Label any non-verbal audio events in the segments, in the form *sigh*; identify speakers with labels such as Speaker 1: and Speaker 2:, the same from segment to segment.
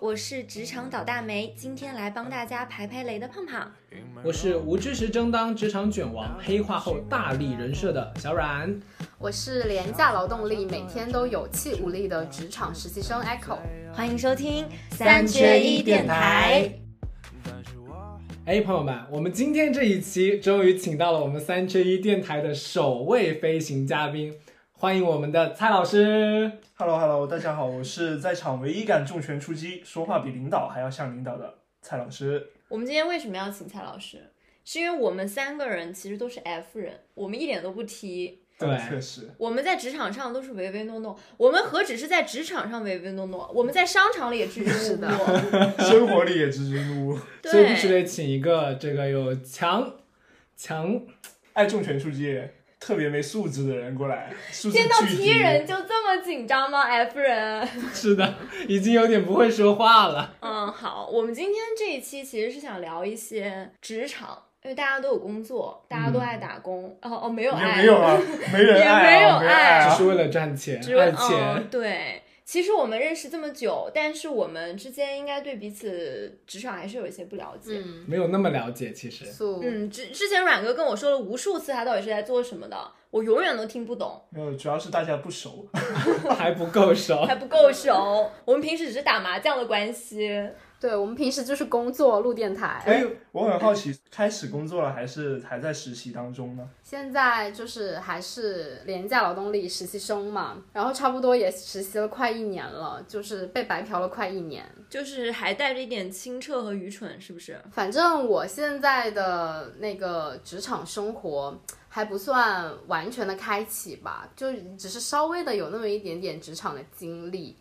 Speaker 1: 我是职场倒大霉，今天来帮大家排排雷的胖胖。
Speaker 2: 我是无知时正当职场卷王，黑化后大力人设的小阮。
Speaker 3: 我是廉价劳动力，每天都有气无力的职场实习生 Echo。
Speaker 1: 欢迎收听
Speaker 2: 三缺一电台。哎，朋友们，我们今天这一期终于请到了我们三缺一电台的首位飞行嘉宾，欢迎我们的蔡老师。
Speaker 4: Hello Hello，大家好，我是在场唯一敢重拳出击、说话比领导还要像领导的蔡老师。
Speaker 5: 我们今天为什么要请蔡老师？是因为我们三个人其实都是 F 人，我们一点都不 T，
Speaker 2: 对，
Speaker 4: 确实，
Speaker 5: 我们在职场上都是唯唯诺诺。我们何止是在职场上唯唯诺诺，我们在商场里也支支
Speaker 3: 是
Speaker 5: 吾
Speaker 3: 的
Speaker 5: 吾。
Speaker 2: *laughs*
Speaker 4: 生活里也支支吾吾，
Speaker 2: 所以必须
Speaker 5: 对，
Speaker 2: 得请一个这个有强强
Speaker 4: 爱重拳出击，特别没素质的人过来，素质
Speaker 5: 见到
Speaker 4: 巨
Speaker 5: T
Speaker 4: 低
Speaker 5: 人，就这么紧张吗？F 人？
Speaker 2: 是的，已经有点不会说话了。
Speaker 5: 嗯，好，我们今天这一期其实是想聊一些职场，因为大家都有工作，大家都爱打工。哦哦，没有
Speaker 4: 也
Speaker 5: 爱，
Speaker 4: 没有啊，没人
Speaker 5: *laughs* 也
Speaker 4: 爱、啊，
Speaker 5: 没有
Speaker 4: 没爱
Speaker 5: 爱
Speaker 2: 只
Speaker 4: 啊
Speaker 2: 是为了赚钱，
Speaker 5: 只
Speaker 2: 爱
Speaker 5: 问
Speaker 2: 钱
Speaker 5: 嗯，。对。其实我们认识这么久，但是我们之间应该对彼此职场还是有一些不了解。
Speaker 3: 嗯，
Speaker 2: 没有那么了解，其实
Speaker 3: 素
Speaker 5: 嗯，之之前阮哥跟我说了无数次他到底是在做什么的，我永远都听不懂，
Speaker 4: 没有，主要是大家不熟。哎
Speaker 2: 还不够熟。
Speaker 5: 还不够熟。我们平时只是打麻将的关系，
Speaker 3: 对我们平时就是工作录电台，
Speaker 4: 哎，我很好奇，开始工作了还是还在实习当中呢？
Speaker 3: 现在就是还是廉价劳动力实习生嘛，然后差不多也实习了快一年了，就是被白嫖了快一年。
Speaker 5: 就是还带着一点清澈和愚蠢，是不是？
Speaker 3: 反正我现在的那个职场生活还不算完全的开启吧，就只是稍微的有那么一点点职场的经历。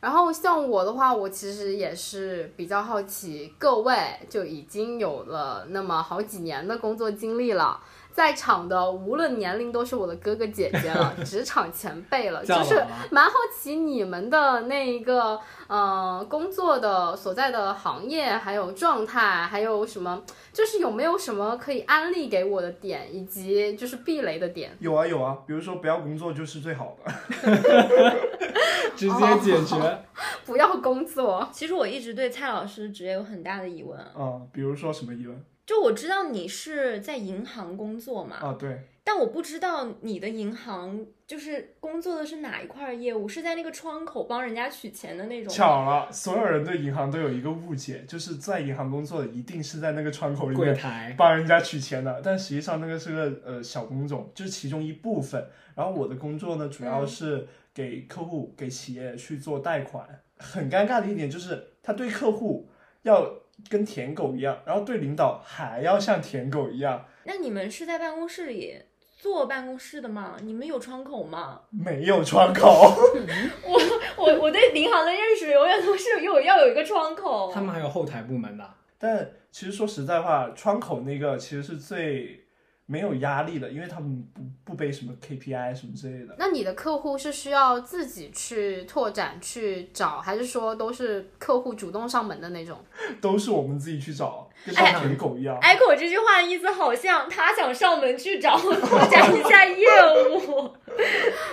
Speaker 3: 然后像我的话，我其实也是比较好奇，各位就已经有了那么好几年的工作经历了，在场的无论年龄都是我的哥哥姐姐了，职场前辈了，
Speaker 2: 叫
Speaker 3: 就是
Speaker 2: 了啊
Speaker 3: *laughs* 蛮好奇你们的那一个呃工作的所在的行业，还有状态，还有什么，就是有没有什么可以安利给我的点，以及就是避雷的点。 *laughs*
Speaker 4: 有啊有啊，比如说不要工作就是最好的。
Speaker 2: 直接解决。
Speaker 3: 不要工作，
Speaker 5: 其实我一直对蔡老师职业有很大的疑问，
Speaker 4: 嗯，比如说什么疑问
Speaker 5: 就我知道你是在银行工作嘛，
Speaker 4: 啊？对，
Speaker 5: 但我不知道你的银行就是工作的是哪一块业务，是在那个窗口帮人家取钱的那种吗。
Speaker 4: 巧了，所有人对银行都有一个误解，就是在银行工作的一定是在那个窗口里
Speaker 2: 柜
Speaker 4: 面
Speaker 2: 台，
Speaker 4: 帮人家取钱的，但实际上那个是个呃小工种，就是其中一部分。然后我的工作呢，主
Speaker 2: 嗯
Speaker 4: 要是给客户、给企业去做贷款。很尴尬的一点就是，他对客户要跟舔狗一样，然后对领导还要像舔狗一样。
Speaker 5: 那你们是在办公室里坐办公室的吗？你们有窗口吗？
Speaker 4: 没有窗口，
Speaker 5: *laughs* 我我对银行的认识永远都是有要有一个窗口。
Speaker 2: 他们还有后台部门的，
Speaker 4: 但其实说实在话，窗口那个其实是最没有压力的，因为他们不不背什么 KPI 什么之类的。 *laughs*
Speaker 3: 那你的客户是需要自己去拓展去找，还是说都是客户主动上门的那种？
Speaker 4: 都是我们自己去找，跟
Speaker 2: 哎
Speaker 4: 像舔狗一样。
Speaker 5: *laughs* Echo 这句话的意思好像他想上门去找拓展一下业务。
Speaker 3: *laughs*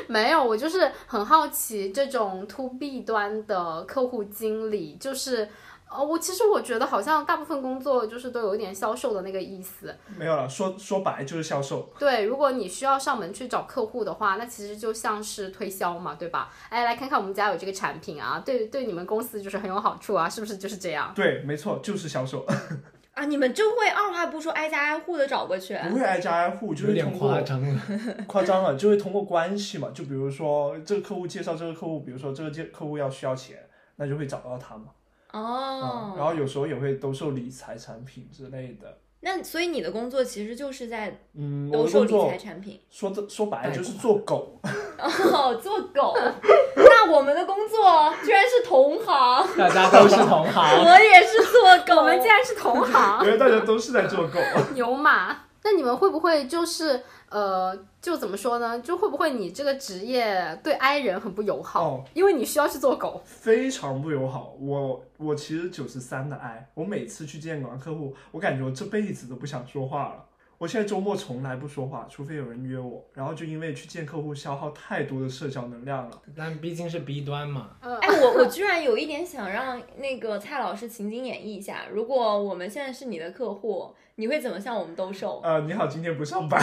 Speaker 3: 没有，我就是很好奇这种 to B 端的客户经理，就是。呃，我其实我觉得好像大部分工作就是都有一点销售的那个意思。
Speaker 4: 没有了，说说白就是销售。
Speaker 3: 对，如果你需要上门去找客户的话，那其实就像是推销嘛，对吧？哎，来看看我们家有这个产品啊，对对，你们公司就是很有好处啊，是不是就是这样？
Speaker 4: 对，没错，就是销售，
Speaker 5: *laughs* 啊，你们真会二话不说挨家挨户的找过去。
Speaker 4: 不会挨家挨户，就
Speaker 2: 有
Speaker 4: 是
Speaker 2: 点
Speaker 4: 通过
Speaker 2: 夸张了。
Speaker 4: 夸张了，就会通过关系嘛，就比如说这个客户介绍这个客户，比如说这个介客户要需要钱，那就会找到他嘛。
Speaker 5: 哦
Speaker 4: 嗯，，然后有时候也会兜售理财产品之类的。
Speaker 5: 那所以你的工作其实就是在
Speaker 4: 嗯，我
Speaker 5: 兜
Speaker 4: 的
Speaker 5: 售
Speaker 4: 工
Speaker 5: 理
Speaker 4: 作
Speaker 5: 财产品。
Speaker 4: 说这说白了就
Speaker 2: 贷
Speaker 4: 是
Speaker 2: 款
Speaker 4: 做狗，
Speaker 5: *laughs* 哦，做 *laughs* 狗。那我们的工作居然是同行，
Speaker 2: *laughs* 大家都是同行，
Speaker 5: 我也是做狗。
Speaker 3: 我们竟然是同行
Speaker 4: 因，为大家都是在 *laughs* 做狗。
Speaker 3: 牛马。那你们会不会就是呃，就怎么说呢？就会不会你这个职业对 I 人很不友好？
Speaker 4: 哦，
Speaker 3: 因为你需要去做狗。
Speaker 4: 非常不友好。我我其实九十三的爱，我每次去见完客户，我感觉我这辈子都不想说话了。我现在周末从来不说话，除非有人约我，然后就因为去见客户消耗太多的社交能量了。
Speaker 2: *laughs* 但毕竟是 B 端嘛，
Speaker 3: 嗯，
Speaker 5: 哎，我我居然有一点想让那个蔡老师情景演绎一下，如果我们现在是你的客户，你会怎么向我们兜售？
Speaker 4: 呃，你好，今天不上班，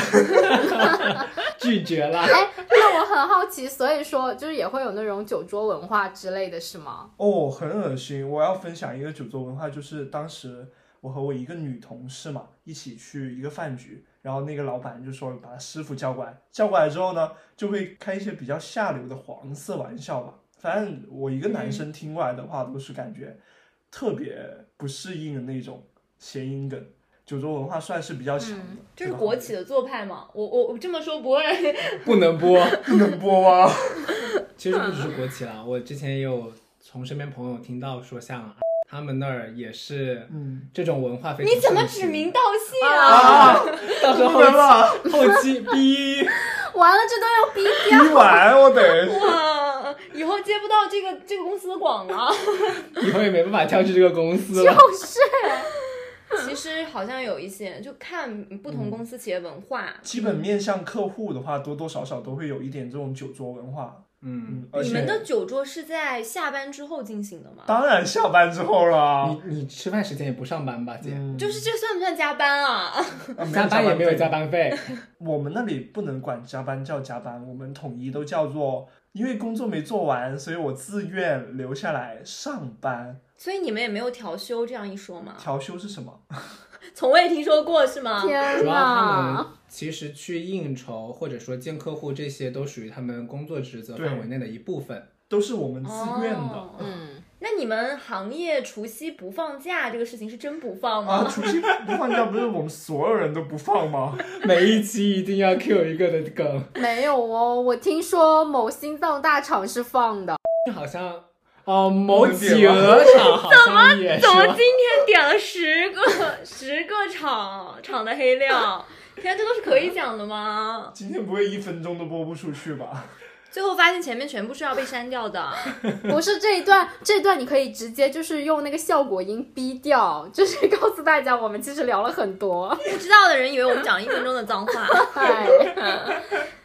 Speaker 2: 拒绝了。
Speaker 3: 哎，那我很好奇，所以说就是也会有那种酒桌文化之类的是吗？
Speaker 4: 哦，很恶心。我要分享一个酒桌文化，就是当时我和我一个女同事嘛，一起去一个饭局，然后那个老板就说把他师傅叫过来，叫过来之后呢，就会开一些比较下流的黄色玩笑吧。反正我一个男
Speaker 5: 嗯
Speaker 4: 生听过来的话，都是感觉特别不适应的那种谐音梗。酒桌文化算是比较强的，
Speaker 3: 嗯
Speaker 5: 这
Speaker 4: 对
Speaker 5: 是
Speaker 4: 吧
Speaker 5: 国企的做派吗？我我我这么说不会，
Speaker 2: 不能播。
Speaker 4: 不能播啊。
Speaker 2: 其实不只是国企啦，嗯我之前也有从身边朋友听到说，像他们那儿也是
Speaker 4: *laughs* 嗯，
Speaker 5: *laughs*
Speaker 2: 这种文化非常。
Speaker 5: 你怎么指名？道姓啊？
Speaker 4: 啊，
Speaker 2: 到时候
Speaker 4: 不能
Speaker 5: *laughs*
Speaker 4: 了，
Speaker 2: *laughs* 后期逼，
Speaker 3: 完了，这都要逼
Speaker 4: 逼完我得。
Speaker 5: 啊哇， *laughs* 以后接不到这个这个公司的广 *laughs* 了。
Speaker 2: 以后也没办法跳去这个公司 *laughs* 了。
Speaker 3: 掉是。
Speaker 5: 其实好像有一些，就看不同公司企业文化。
Speaker 4: 基本面向客户的话，多多少少都会有一点这种酒桌文化。
Speaker 2: 嗯，
Speaker 4: 嗯，而
Speaker 5: 你
Speaker 4: 且
Speaker 5: 们的酒桌是在下班之后进行的吗？
Speaker 4: 当然下班之后了，
Speaker 2: 你你吃饭时间也不上班吧，姐？
Speaker 4: 嗯
Speaker 5: 就是这算不算加班啊？ *laughs*
Speaker 4: 啊没
Speaker 2: 加
Speaker 4: 有
Speaker 2: 班也没有加
Speaker 4: 班
Speaker 2: 班费。
Speaker 4: 费。我们那里不能管加班叫加班，我们统一都叫做，因为工作没做完，所以我自愿留下来上班。
Speaker 5: 所以你们也没有调休这样一说吗？
Speaker 4: 调休是什么？
Speaker 5: 从未听说过是吗？
Speaker 3: 天
Speaker 2: 主要他们
Speaker 3: 呐，
Speaker 2: 其实去应酬或者说见客户，这些都属于他们工作职责范围内的一部分。
Speaker 4: 都是我们自愿的。
Speaker 5: 哦
Speaker 3: 嗯，
Speaker 5: 那你们行业除夕不放假这个事情是真不放
Speaker 4: 啊，
Speaker 5: 吗？
Speaker 4: 除夕不放假，不是我们所有人都不放吗？ *laughs*
Speaker 2: 每一期一定要 Q 一个的梗，
Speaker 3: 没有哦，我听说某心脏大厂是放的，
Speaker 2: 好像哦某企鹅厂好像也是
Speaker 5: *laughs* 怎么今天点了十
Speaker 4: *laughs*
Speaker 5: 个十个厂厂的黑料？天，啊这都是可以讲的吗？
Speaker 4: 今天不会一分钟都播不出去吧？
Speaker 2: *laughs*
Speaker 5: 最后发现前面全部是要被删掉 *laughs* 的。
Speaker 3: 不是这一段， *laughs* 这一段你可以直接就是用那个效果音逼掉，就是告诉大家我们其实聊了很多。哎
Speaker 5: 不知道的人以为我们讲了一分钟的脏话。
Speaker 3: 嗨，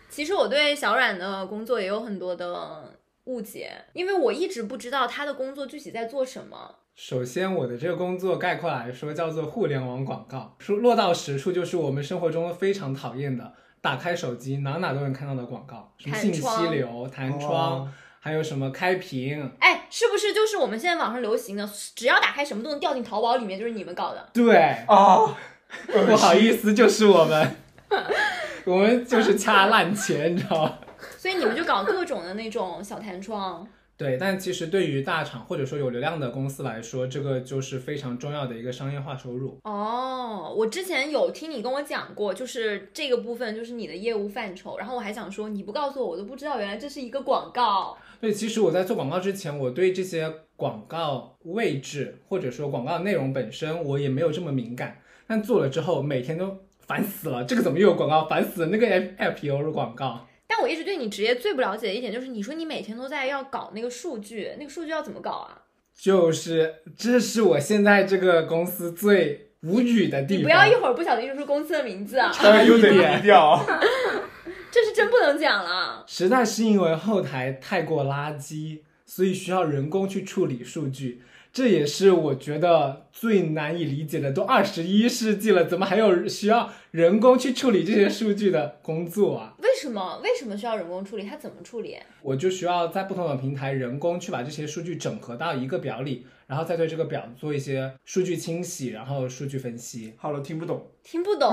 Speaker 5: 其实我对小冉的工作也有很多的误解，因为我一直不知道他的工作具体在做什么。
Speaker 2: 首先，我的这个工作概括来说叫做互联网广告，说落到实处就是我们生活中非常讨厌的，打开手机哪哪都能看到的广告，什么信息流、弹窗，
Speaker 4: 哦
Speaker 2: 还有什么开屏，
Speaker 5: 哎，是不是就是我们现在网上流行的，只要打开什么都能掉进淘宝里面，就是你们搞的？
Speaker 4: *laughs*
Speaker 2: 对， *laughs*
Speaker 4: 啊，
Speaker 2: 不好
Speaker 4: 思。
Speaker 2: 意思，就是我们， *laughs* 我们就是掐烂钱，你知道吗？
Speaker 5: 所以你们就搞各种的那种小弹窗。
Speaker 2: 对，但其实对于大厂或者说有流量的公司来说，这个就是非常重要的一个商业化收入。
Speaker 5: 哦，我之前有听你跟我讲过，就是这个部分就是你的业务范畴。然后我还想说，你不告诉我，我都不知道原来这是一个广告。
Speaker 2: 对，其实我在做广告之前，我对这些广告位置或者说广告内容本身，我也没有这么敏感。但做了之后，每天都烦死了，这个怎么又有广告？烦死了，那个 app app 也有广告。
Speaker 5: 但我一直对你职业最不了解的一点就是，你说你每天都在要搞那个数据，那个数据要怎么搞啊？
Speaker 2: 就是，这是我现在这个公司最无语的地
Speaker 5: 你
Speaker 2: 方。
Speaker 5: 不要一会儿不小心说出公司的名字啊，
Speaker 4: *laughs* 当然又得低调。
Speaker 5: 这是真不能讲了。
Speaker 2: 实在是因为后台太过垃圾，所以需要人工去处理数据。这也是我觉得最难以理解的，都二十一世纪了，怎么还有需要人工去处理这些数据的工作啊？
Speaker 5: 为什么？为什么需要人工处理？它怎么处理？
Speaker 2: 我就需要在不同的平台人工去把这些数据整合到一个表里，然后再对这个表做一些数据清洗，然后数据分析。
Speaker 4: 好了，听不懂。
Speaker 5: 听不
Speaker 2: *laughs*
Speaker 5: 懂。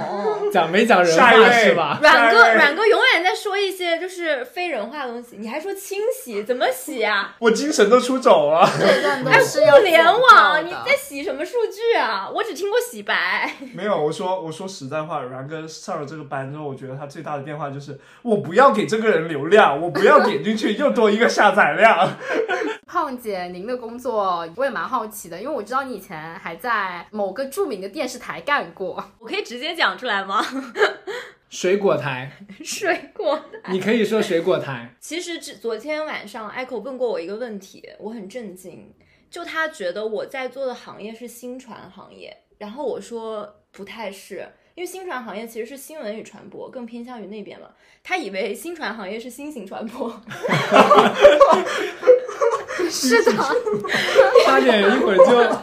Speaker 2: 讲没讲人
Speaker 4: 下一
Speaker 2: 话
Speaker 4: 位
Speaker 2: 是吧？
Speaker 5: 阮
Speaker 4: 下一
Speaker 5: 哥，
Speaker 4: 位
Speaker 5: 阮哥永远在说一些就是非人化的东西，你还说清洗怎么洗
Speaker 4: *laughs*
Speaker 5: 啊？
Speaker 4: 我精神都出走了。 *laughs*
Speaker 3: 这一段都是要
Speaker 5: 哎互联网，
Speaker 3: 剪
Speaker 5: 你
Speaker 3: 掉的
Speaker 5: 在洗什么数据啊？我只听过洗白， *laughs*
Speaker 4: 没有，我说我说实在话，然哥上了这个班之后，我觉得他最大的变化就是，我不要给这个人流量，我不要点进去又多一个下载量。
Speaker 3: 胖姐，您的工作我也蛮好奇的，因为我知道你以前还在某个著名的电视台干过。 *laughs*
Speaker 5: 我可以直接讲出来吗？ *laughs*
Speaker 2: 水果台，
Speaker 5: 水果。
Speaker 2: 你可以说水果台，
Speaker 5: 其实这昨天晚上，Echo 问过我一个问题，我很震惊。就他觉得我在做的行业是新传行业，然后我说不太是，因因为新传行业其实是新闻与传播，更偏向于那边嘛。他以为新传行业是新型传播， *laughs*
Speaker 3: 是的，
Speaker 2: 差点一会儿就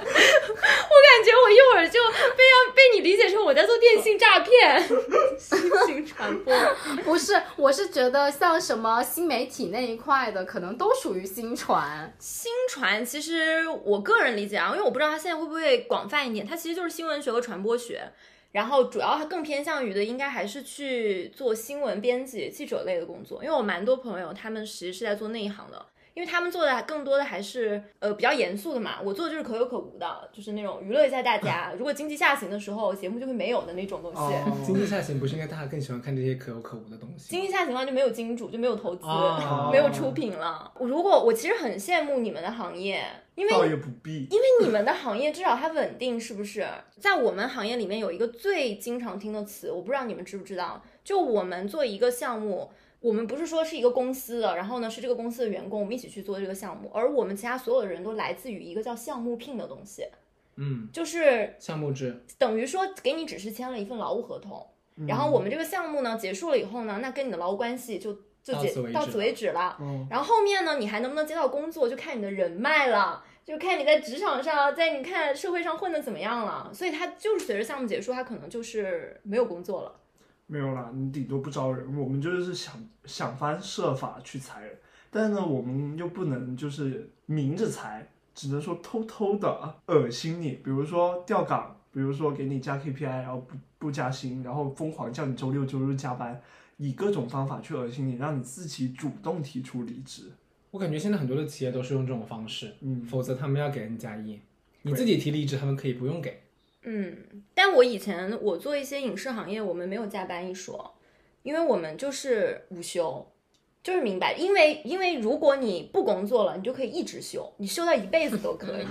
Speaker 5: 感觉我一会儿就被要被你理解成我在做电信诈骗， *laughs* 新型传播。
Speaker 3: 不是，我是觉得像什么新媒体那一块的，可能都属于新传。
Speaker 5: 新传其实我个人理解啊，因为我不知道它现在会不会广泛一点，它其实就是新闻学和传播学，然后主要它更偏向于的应该还是去做新闻编辑、记者类的工作，因为我蛮多朋友他们其实是在做那一行的。因为他们做的更多的还是呃比较严肃的嘛，我做的就是可有可无的，就是那种娱乐一下大家。如果经济下行的时候，节目就会没有的那种东西。
Speaker 4: 哦
Speaker 2: 经济下行，不是应该大家更喜欢看这些可有可无的东西？
Speaker 5: 经济下行了就没有金主，就没有投资，
Speaker 2: 哦
Speaker 5: 没有出品了。如果我其实很羡慕你们的行业，因为
Speaker 4: 倒也不必。
Speaker 5: 因为你们的行业至少它稳定，是不是？在我们行业里面有一个最经常听的词，我不知道你们知不知道，就我们做一个项目。我们不是说是一个公司的，然后呢是这个公司的员工，我们一起去做这个项目，而我们其他所有的人都来自于一个叫项目聘的东西，
Speaker 2: 嗯，
Speaker 5: 就是
Speaker 2: 项目制
Speaker 5: 等于说给你只是签了一份劳务合同，
Speaker 2: 嗯
Speaker 5: 然后我们这个项目呢结束了以后呢，那跟你的劳务关系就就
Speaker 2: 到
Speaker 5: 结
Speaker 2: 此为止
Speaker 5: 到此为止了，
Speaker 4: 嗯，
Speaker 5: 然后后面呢，你还能不能接到工作，就看你的人脉了，就看你在职场上，在你看社会上混的怎么样了。所以他就是随着项目结束，他可能就是没有工作了。
Speaker 4: 没有啦，你顶多不招人，我们就是想想方设法去裁人，但是呢，我们又不能就是明着裁，只能说偷偷的恶心你，比如说调岗，比如说给你加 KPI，然后不不加薪，然后疯狂叫你周六周日加班，以各种方法去恶心你，让你自己主动提出离职。
Speaker 2: 我感觉现在很多的企业都是用这种方式，
Speaker 4: 嗯
Speaker 2: 否则他们要给人加一，你
Speaker 4: 对
Speaker 2: 自己提离职，他们可以不用给。
Speaker 5: 嗯，但我以前我做一些影视行业，我们没有加班一说，因为我们就是午休，就是明白，因为因为如果你不工作了，你就可以一直休，你休到一辈子都可以。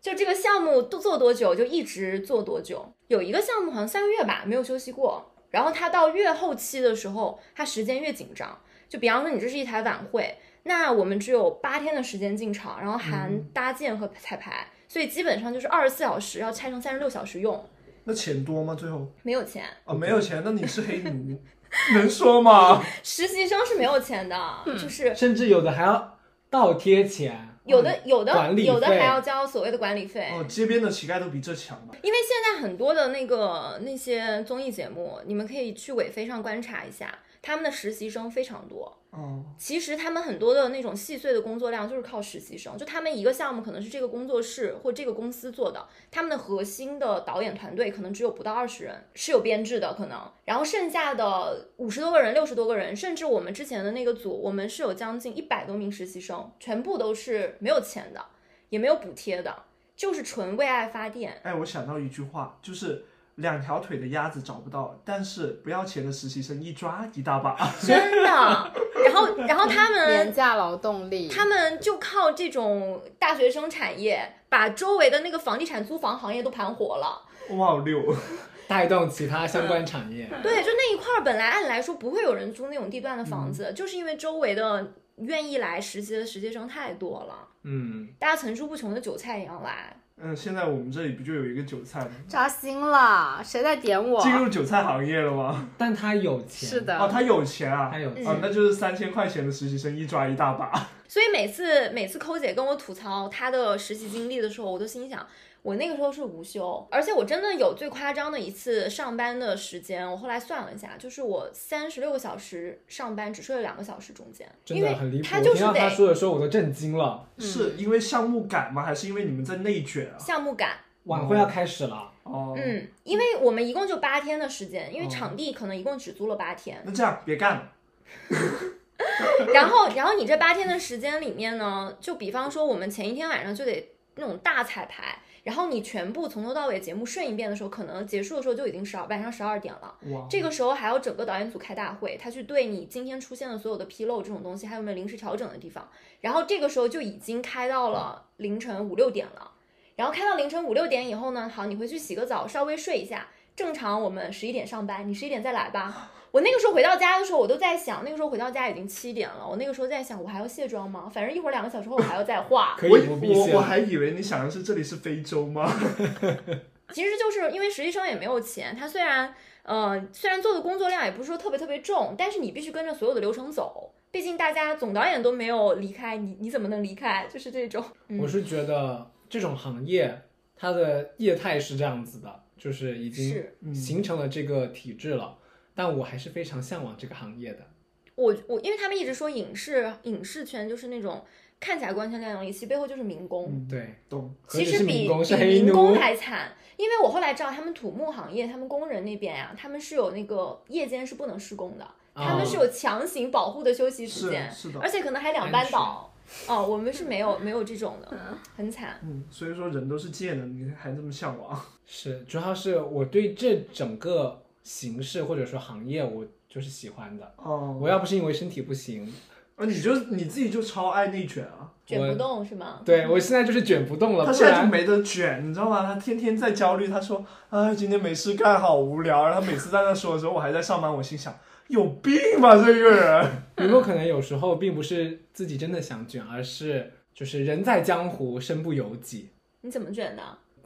Speaker 5: 就这个项目都做多久就一直做多久。有一个项目好像三个月吧，没有休息过。然后它到越后期的时候，它时间越紧张。就比方说你这是一台晚会，那我们只有八天的时间进场，然后含
Speaker 2: 嗯
Speaker 5: 搭建和彩排，所以基本上就是二十四小时要拆成三十六小时用，
Speaker 4: 那钱多吗？最后
Speaker 5: 没有钱。
Speaker 4: 啊，没有钱，那你是黑奴， *laughs* 能说吗？
Speaker 5: 实习生是没有钱的，
Speaker 2: 嗯
Speaker 5: 就是
Speaker 2: 甚至有的还要倒贴钱。
Speaker 5: 有的有的
Speaker 2: 哦管理费
Speaker 5: 有的还要交所谓的管理费。
Speaker 4: 哦，街边的乞丐都比这强吧？
Speaker 5: 因为现在很多的那个那些综艺节目，你们可以去尾飞上观察一下，他们的实习生非常多。
Speaker 4: 哦，
Speaker 5: 其实他们很多的那种细碎的工作量就是靠实习生，就他们一个项目可能是这个工作室或这个公司做的，他们的核心的导演团队可能只有不到二十人，是有编制的可能，然后剩下的五十多个人、六十多个人，甚至我们之前的那个组，我们是有将近一百多名实习生，全部都是没有钱的，也没有补贴的，就是纯为爱发电。
Speaker 4: 哎，我想到一句话，就是两条腿的鸭子找不到，但是不要钱的实习生一抓一大把。 *laughs*
Speaker 5: 真的。然后，然后他
Speaker 3: 廉
Speaker 5: 们
Speaker 3: 价劳动力，
Speaker 5: 嗯他们就靠这种大学生产业，把周围的那个房地产租房行业都盘活了。
Speaker 4: 哇哦六，
Speaker 2: 带动其他相关产业。
Speaker 5: 对，就那一块儿，本来按来说不会有人租那种地段的房子，就是因为周围的愿意来实习的实习生太多了，
Speaker 2: 嗯，
Speaker 5: 大家层出不穷的韭菜一样来。
Speaker 4: 嗯，现在我们这里不就有一个韭菜吗？
Speaker 3: 扎心了，谁在点我？
Speaker 4: 进入韭菜行业了吗？
Speaker 2: 嗯但他有钱，
Speaker 3: 是，的，
Speaker 4: 哦，他有钱啊！
Speaker 2: 他有钱。
Speaker 5: 嗯
Speaker 4: 啊，那就是三千块钱的实习生一抓一大把。
Speaker 5: 所以每次每次抠姐跟我吐槽她的实习经历的时候，我都心想，我那个时候是无休，而且我真的有最夸张的一次上班的时间，我后来算了一下，就是我三十六个小时上班，只睡了两个小时中间，
Speaker 2: 真
Speaker 5: 因
Speaker 2: 的
Speaker 5: 为
Speaker 2: 很离谱，
Speaker 5: 他
Speaker 2: 我
Speaker 5: 就是
Speaker 2: 听到他
Speaker 5: 得
Speaker 2: 说的时候我都震惊了。
Speaker 4: 是因为项目感吗？还是因为你们在内卷啊？
Speaker 5: 项目感，
Speaker 2: 晚会要开始了，
Speaker 4: 哦，
Speaker 5: 嗯，因为我们一共就八天的时间，因为
Speaker 4: 哦
Speaker 5: 场地可能一共只租了八天，
Speaker 4: 那这样别干了。
Speaker 5: 然后，然后你这八天的时间里面呢，就比方说我们前一天晚上就得那种大彩排，然后你全部从头到尾节目顺一遍的时候，可能结束的时候就已经十二晚上十二点了。
Speaker 4: 哇，
Speaker 5: 这个时候还有整个导演组开大会，他去对你今天出现的所有的纰漏这种东西，还有没有临时调整的地方。然后这个时候就已经开到了凌晨五六点了。然后开到凌晨五六点以后呢，好，你回去洗个澡，稍微睡一下。正常我们十一点上班，你十一点再来吧。我那个时候回到家的时候，我都在想，那个时候回到家已经七点了。我那个时候在想，我还要卸妆吗？反正一会儿两个小时后我还要再
Speaker 2: *laughs*
Speaker 5: 化。
Speaker 2: 可
Speaker 4: 我
Speaker 2: 以不必啊
Speaker 4: 我
Speaker 2: 谢
Speaker 4: 我
Speaker 2: 了。
Speaker 4: 还以为你想的是这里是非洲吗？
Speaker 5: 其实就是因为实习生也没有钱，他虽然呃，虽然做的工作量也不是说特别特别重，但是你必须跟着所有的流程走。毕竟大家总导演都没有离开，你你怎么能离开？就是这种。嗯
Speaker 2: 我是觉得这种行业它的业态是这样子的，就是已经
Speaker 5: 是
Speaker 4: 嗯
Speaker 2: 形成了这个体制了。但我还是非常向往这个行业的。
Speaker 5: 我我，因为他们一直说影视影视圈就是那种看起来光鲜亮丽，其实背后就是民工。
Speaker 4: 嗯，
Speaker 2: 对，
Speaker 4: 懂。
Speaker 2: 何
Speaker 5: 其
Speaker 2: 止是
Speaker 5: 实
Speaker 2: 民
Speaker 5: 比
Speaker 2: 工，是
Speaker 5: 比
Speaker 2: 黑
Speaker 5: 民工
Speaker 2: 奴。
Speaker 5: 还惨，因为我后来知道他们土木行业，他们工人那边呀、他们是有那个夜间是不能施工的，他
Speaker 2: 啊
Speaker 5: 们是有强行保护的休息时
Speaker 4: 是
Speaker 5: 间，
Speaker 4: 是的
Speaker 5: 而，且可能还两班倒。哦，我们是没有没有这种的，很惨。
Speaker 4: 嗯，所以说人都是贱的，你还这么向往？
Speaker 2: 是，主要是我对这整个形式或者说行业，我就是喜欢的。
Speaker 4: 哦，
Speaker 2: 我要不是因为身体不行，
Speaker 4: 啊，你就你自己就超爱内卷啊！
Speaker 5: 卷
Speaker 2: 我
Speaker 5: 不动是吗？
Speaker 2: 对我现在就是卷不动了，
Speaker 4: 他
Speaker 2: 不
Speaker 4: 现在就
Speaker 2: 然
Speaker 4: 没得卷，你知道吗？他天天在焦虑。他说：“哎，今天没事干，好无聊。”然后他每次在那说的时候，我还在上班，我心想：有病吧这个人！
Speaker 2: 有没有可能有时候并不是自己真的想卷，而是就是人在江湖身不由己。
Speaker 5: 你怎么卷的？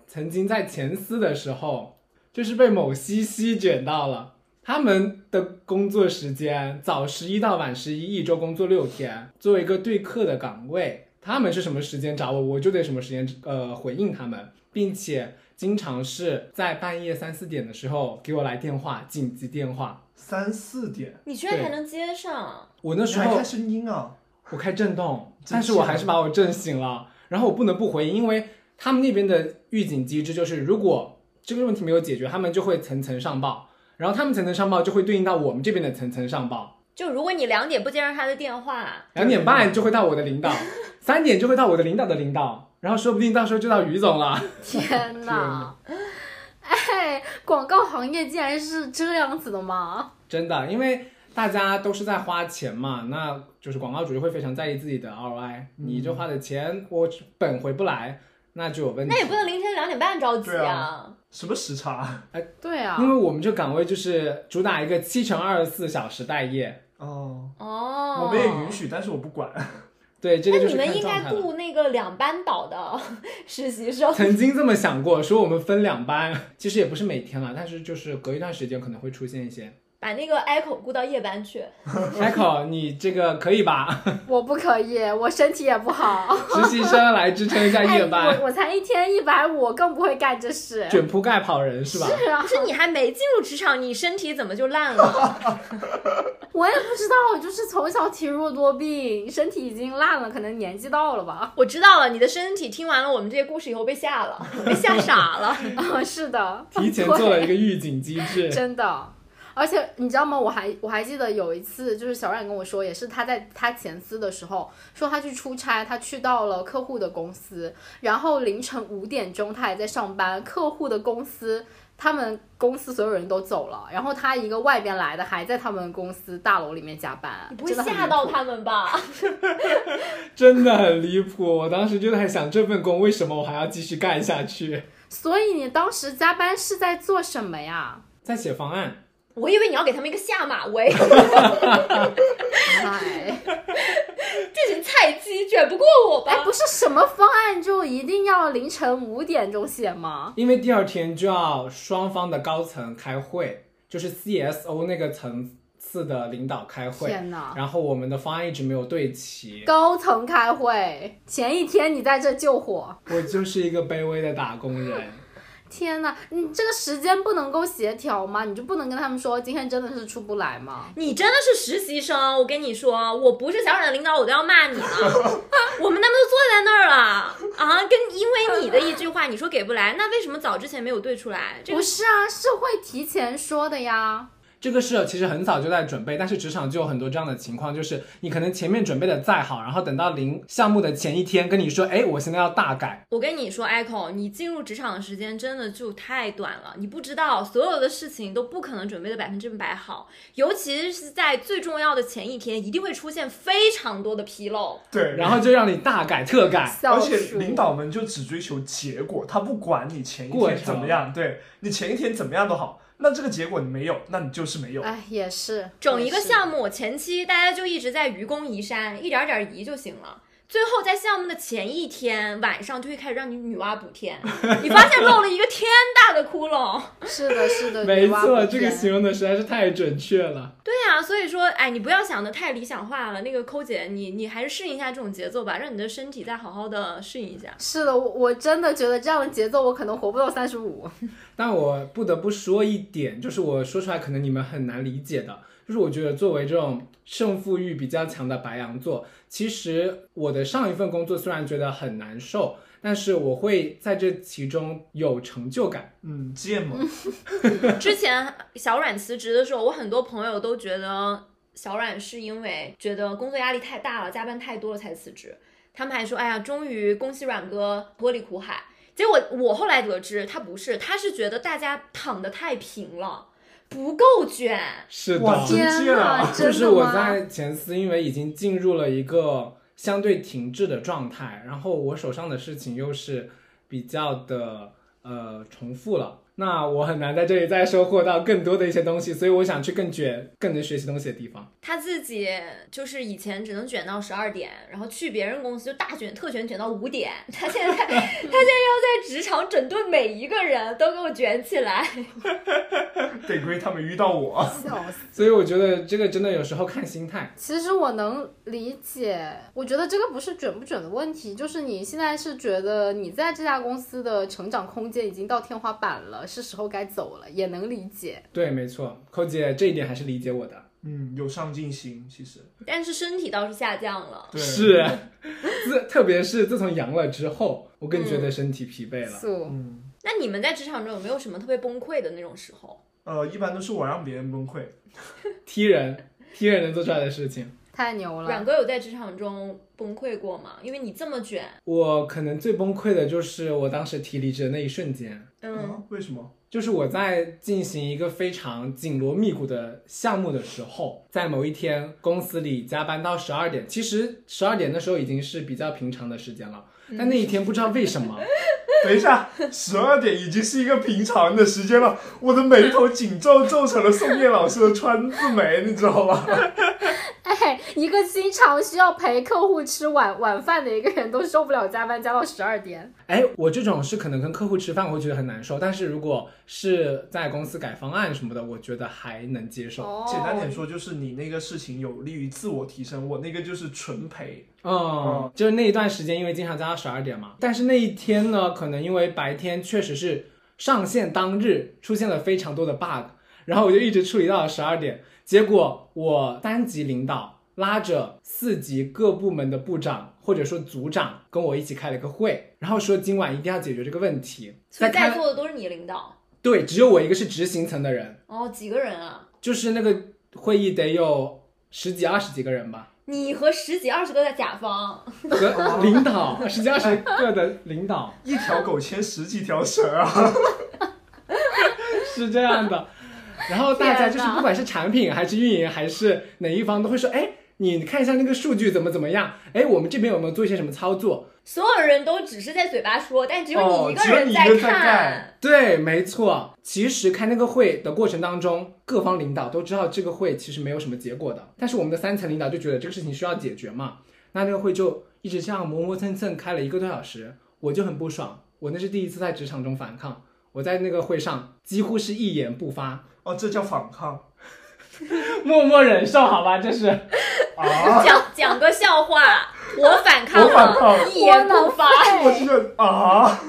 Speaker 2: 曾经在前司的时候，就是被某西西卷到了。他们的工作时间早十一到晚十一，一周工作六天。作为一个对客的岗位，他们是什么时间找我，我就得什么时间呃回应他们，并且经常是在半夜三四点的时候给我来电话，紧急电话。
Speaker 4: 三四点，
Speaker 5: 你居然
Speaker 2: 对
Speaker 5: 还能接上？
Speaker 2: 我那
Speaker 4: 你
Speaker 2: 时
Speaker 4: 还
Speaker 2: 候
Speaker 4: 看声音啊？
Speaker 2: 我开震动，
Speaker 4: 真
Speaker 2: 但是我
Speaker 4: 假
Speaker 2: 还是把我震醒了，然后我不能不回应，因为他们那边的预警机制就是，如果这个问题没有解决，他们就会层层上报，然后他们层层上报就会对应到我们这边的层层上报，
Speaker 5: 就如果你两点不接上他的电话，
Speaker 2: 两点半就会到我的领导，三点就会到我的领导的领导，然后说不定到时候就到于总了。
Speaker 3: 天哪！哎，广告行业竟然是这样子的吗？
Speaker 2: 真的，因为大家都是在花钱嘛，那就是广告主就会非常在意自己的 ROI，、你这花的钱我本回不来，那就有问题。
Speaker 5: 那也不能凌晨两点半着急
Speaker 4: 对
Speaker 5: 啊
Speaker 4: 啊。什么时差？
Speaker 3: 对啊，
Speaker 2: 因为我们这岗位就是主打一个七乘二十四小时待业，
Speaker 4: 哦，
Speaker 5: 哦，
Speaker 4: 我们也允许，但是我不管。
Speaker 2: 对，这
Speaker 5: 那
Speaker 2: 个就
Speaker 5: 你
Speaker 2: 是
Speaker 5: 们
Speaker 2: 看
Speaker 5: 应
Speaker 2: 状
Speaker 5: 该
Speaker 2: 态了。
Speaker 5: 雇那个两班倒的实习生。
Speaker 2: 曾经这么想过，说我们分两班， *laughs* 其实也不是每天了，但是就是隔一段时间可能会出现一些。 *laughs*
Speaker 5: 把那个 Echo 雇到夜班去，
Speaker 2: Echo，你这个可以吧？ *laughs*
Speaker 3: 我不可以，我身体也不好。
Speaker 2: 实习生来支撑一下夜班，
Speaker 3: 哎、我我才一天一百五，更不会干这事。
Speaker 2: 卷铺盖跑人是吧？
Speaker 3: 是啊
Speaker 5: 可，是你还没进入职场，你身体怎么就烂了？ *laughs*
Speaker 3: 我也不知道，就是从小体弱多病，身体已经烂了，可能年纪到了吧。 *laughs*
Speaker 5: 我知道了，你的身体听完了我们这些故事以后被吓了，被吓傻了。
Speaker 3: 啊，是的，
Speaker 2: 提
Speaker 3: *laughs*
Speaker 2: 前做了一个预警机制，
Speaker 3: 真的。而且你知道吗？我还我还记得有一次，就是小冉跟我说，也是他在他前司的时候，说他去出差，他去到了客户的公司，然后凌晨五点钟他还在上班，客户的公司。他们公司所有人都走了，然后他一个外边来的还在他们公司大楼里面加班，
Speaker 5: *laughs* 你不会
Speaker 3: 真的很
Speaker 5: 吓
Speaker 3: 离
Speaker 5: 到
Speaker 3: 谱
Speaker 5: 他们吧？
Speaker 2: *laughs* 真的很离谱。我当时就在想，这份工为什么我还要继续干下去？
Speaker 3: 所以你当时加班是在做什么
Speaker 5: *laughs*
Speaker 3: 呀？
Speaker 2: 在写方案，
Speaker 5: 我以为你要给他们一个下马 *laughs* 威，
Speaker 3: 哎，
Speaker 5: 这群菜鸡卷不过我吧？
Speaker 3: 哎，不是什么方案就一定要凌晨五点钟写吗？
Speaker 2: 因为第二天就要双方的高层开会，就是 CSO 那个层次的领导开会，
Speaker 3: 天哪！
Speaker 2: 然后我们的方案一直没有对齐，
Speaker 3: 高层开会前一天你在这救火，
Speaker 2: 我就是一个卑微的打工人。 *laughs*
Speaker 3: 天哪！你这个时间不能够协调吗？你就不能跟他们说今天真的是出不来吗？
Speaker 5: 你真的是实习生，我跟你说，我不是小冉的领导，我都要骂 *laughs* 你了。我们他们都坐在那儿了啊，跟因为你的一句话，你说给不来，那为什么早之前没有对出来？这
Speaker 3: 不
Speaker 5: 个
Speaker 3: 是啊，是会提前说的呀。
Speaker 2: 这个事其实很早就在准备，但是职场就有很多这样的情况，就是你可能前面准备的再好，然后等到临项目的前一天跟你说，哎，我现在要大改，
Speaker 5: 我跟你说，Echo，你进入职场的时间真的就太短了，你不知道所有的事情都不可能准备的百分之百好，尤其是在最重要的前一天，一定会出现非常多的纰漏。
Speaker 4: 对，
Speaker 2: 然后就让你大改特改。
Speaker 3: 小
Speaker 4: 而且
Speaker 3: 鼠
Speaker 4: 领导们就只追求结果，他不管你前一
Speaker 2: 过
Speaker 4: 天
Speaker 2: 程
Speaker 4: 怎么样，对你前一天怎么样都好，那这个结果你没有，那你就是没有。
Speaker 3: 哎，也是
Speaker 5: 整一个
Speaker 3: 也是
Speaker 5: 项目前期大家就一直在愚公移山，一点儿点儿移就行了。最后在项目的前一天晚上就会开始让你女娲补天，你发现漏了一个天大的窟窿。 *laughs*
Speaker 3: 是的，是
Speaker 2: *laughs*
Speaker 3: 的，
Speaker 2: 没
Speaker 3: 女娲补
Speaker 2: 错，这个
Speaker 3: 天
Speaker 2: 形容的实在是太准确了。
Speaker 5: 对呀、所以说，哎，你不要想的太理想化了。那个抠姐，你你还是适应一下这种节奏吧，让你的身体再好好的适应一下。
Speaker 3: 是的，我我真的觉得这样的节奏，我可能活不到三十五。
Speaker 2: 但我不得不说一点，就是我说出来可能你们很难理解的，就是我觉得作为这种胜负欲比较强的白羊座，其实我的上一份工作虽然觉得很难受，但是我会在这其中有成就感。
Speaker 4: 嗯，芥末， *laughs*
Speaker 5: 之前小阮辞职的时候，我很多朋友都觉得小阮是因为觉得工作压力太大了，加班太多了才辞职。他们还说，哎呀，终于恭喜阮哥脱离苦海。结果我后来得知，他不是，他是觉得大家躺得太平了，不够卷。
Speaker 2: 是的，
Speaker 4: 哇真
Speaker 3: 天
Speaker 4: 贱啊
Speaker 3: 呐，
Speaker 2: *laughs* 就
Speaker 3: 真
Speaker 2: 是
Speaker 3: 的
Speaker 2: 我
Speaker 3: 吗？
Speaker 2: 在前司，因为已经进入了一个相对停滞的状态，然后我手上的事情又是比较的呃重复了，那我很难在这里再收获到更多的一些东西，所以我想去更卷、更能学习东西的地方。
Speaker 5: 他自己就是以前只能卷到十二点，然后去别人公司就大卷特卷卷到五点。他现在 *laughs* 他现在要在职场整顿每一个人都给我卷起来。 *laughs*
Speaker 4: 得亏他们遇到我。
Speaker 3: 笑死！
Speaker 2: 所以我觉得这个真的有时候看心态。
Speaker 3: 其实我能理解，我觉得这个不是准不准的问题，就是你现在是觉得你在这家公司的成长空间已经到天花板了，是时候该走了，也能理解。
Speaker 2: 对，没错，寇姐这一点还是理解我的。
Speaker 4: 嗯，有上进心，其实
Speaker 5: 但是身体倒是下降了。
Speaker 4: 对，
Speaker 2: 是， *laughs* 哎自特别是自从阳了之后，我更
Speaker 3: 嗯
Speaker 2: 觉得身体疲惫了。
Speaker 3: 素
Speaker 4: 嗯，
Speaker 5: 那你们在职场中有没有什么特别崩溃的那种时候？
Speaker 4: 呃，一般都是我让别人崩溃。
Speaker 2: 踢人，踢人能做出来的事情。
Speaker 3: 太牛了
Speaker 5: 阮，哥有在职场中崩溃过吗？因为你这么卷，
Speaker 2: 我可能最崩溃的就是我当时提离职的那一瞬间，
Speaker 5: 嗯，
Speaker 4: 啊，为什么？
Speaker 2: 就是我在进行一个非常紧锣密鼓的项目的时候，在某一天公司里加班到十二点，其实十二点那时候已经是比较平常的时间了，但那一天不知道为什么，
Speaker 4: 等一下，十二点已经是一个平常的时间了，我的眉头紧皱皱成了宋叶老师的川字眉，你知道吧？
Speaker 3: 哎，一个经常需要陪客户吃晚晚饭的一个人都受不了加班加到十二点，
Speaker 2: 哎，我这种是可能跟客户吃饭我会觉得很难受，但是如果是在公司改方案什么的，我觉得还能接受。
Speaker 3: 哦
Speaker 4: 简单点说，就是你那个事情有利于自我提升，我那个就是纯陪。
Speaker 2: 嗯，就是那一段时间，因为经常加到十二点嘛，但是那一天呢，可能因为白天确实是上线当日出现了非常多的 bug，然后我就一直处理到了十二点，结果我三级领导拉着四级各部门的部长或者说组长跟我一起开了个会，然后说今晚一定要解决这个问题。
Speaker 5: 所以在
Speaker 2: 开了
Speaker 5: 座的都是你领导，
Speaker 2: 对，只有我一个是执行层的人，
Speaker 5: 哦，几个人啊？
Speaker 2: 就是那个会议得有十几二十几个人吧，
Speaker 5: 你和十几二十个在甲方，
Speaker 2: 和领导十几二十个的领导。
Speaker 4: 一条狗牵十几条蛇啊！
Speaker 2: 是这样 *laughs* 的。然后大家就
Speaker 5: 天
Speaker 2: 是
Speaker 5: 哪
Speaker 2: 不管是产品还是运营还是哪一方都会说，哎，你看一下那个数据怎么怎么样，哎，我们这边有没有做一些什么操作？
Speaker 5: 所有人都只是在嘴巴说，但只有
Speaker 4: 哦
Speaker 5: 你一
Speaker 4: 只有
Speaker 5: 人
Speaker 4: 你一个人在
Speaker 5: 看
Speaker 4: 干。
Speaker 2: 对，没错。其实开那个会的过程当中，各方领导都知道这个会其实没有什么结果的，但是我们的三层领导就觉得这个事情需要解决嘛，那那个会就一直这样磨磨蹭蹭开了一个多小时，我就很不爽，我那是第一次在职场中反抗，我在那个会上几乎是一言不发，
Speaker 4: 哦，这叫反抗
Speaker 2: *laughs* 默默忍受，好吧，这是。
Speaker 5: *laughs*
Speaker 4: 啊！
Speaker 5: 讲讲个笑
Speaker 4: *laughs*
Speaker 5: 话，我反抗
Speaker 4: 我反抗
Speaker 5: 了，一言不发。
Speaker 4: 我这个啊！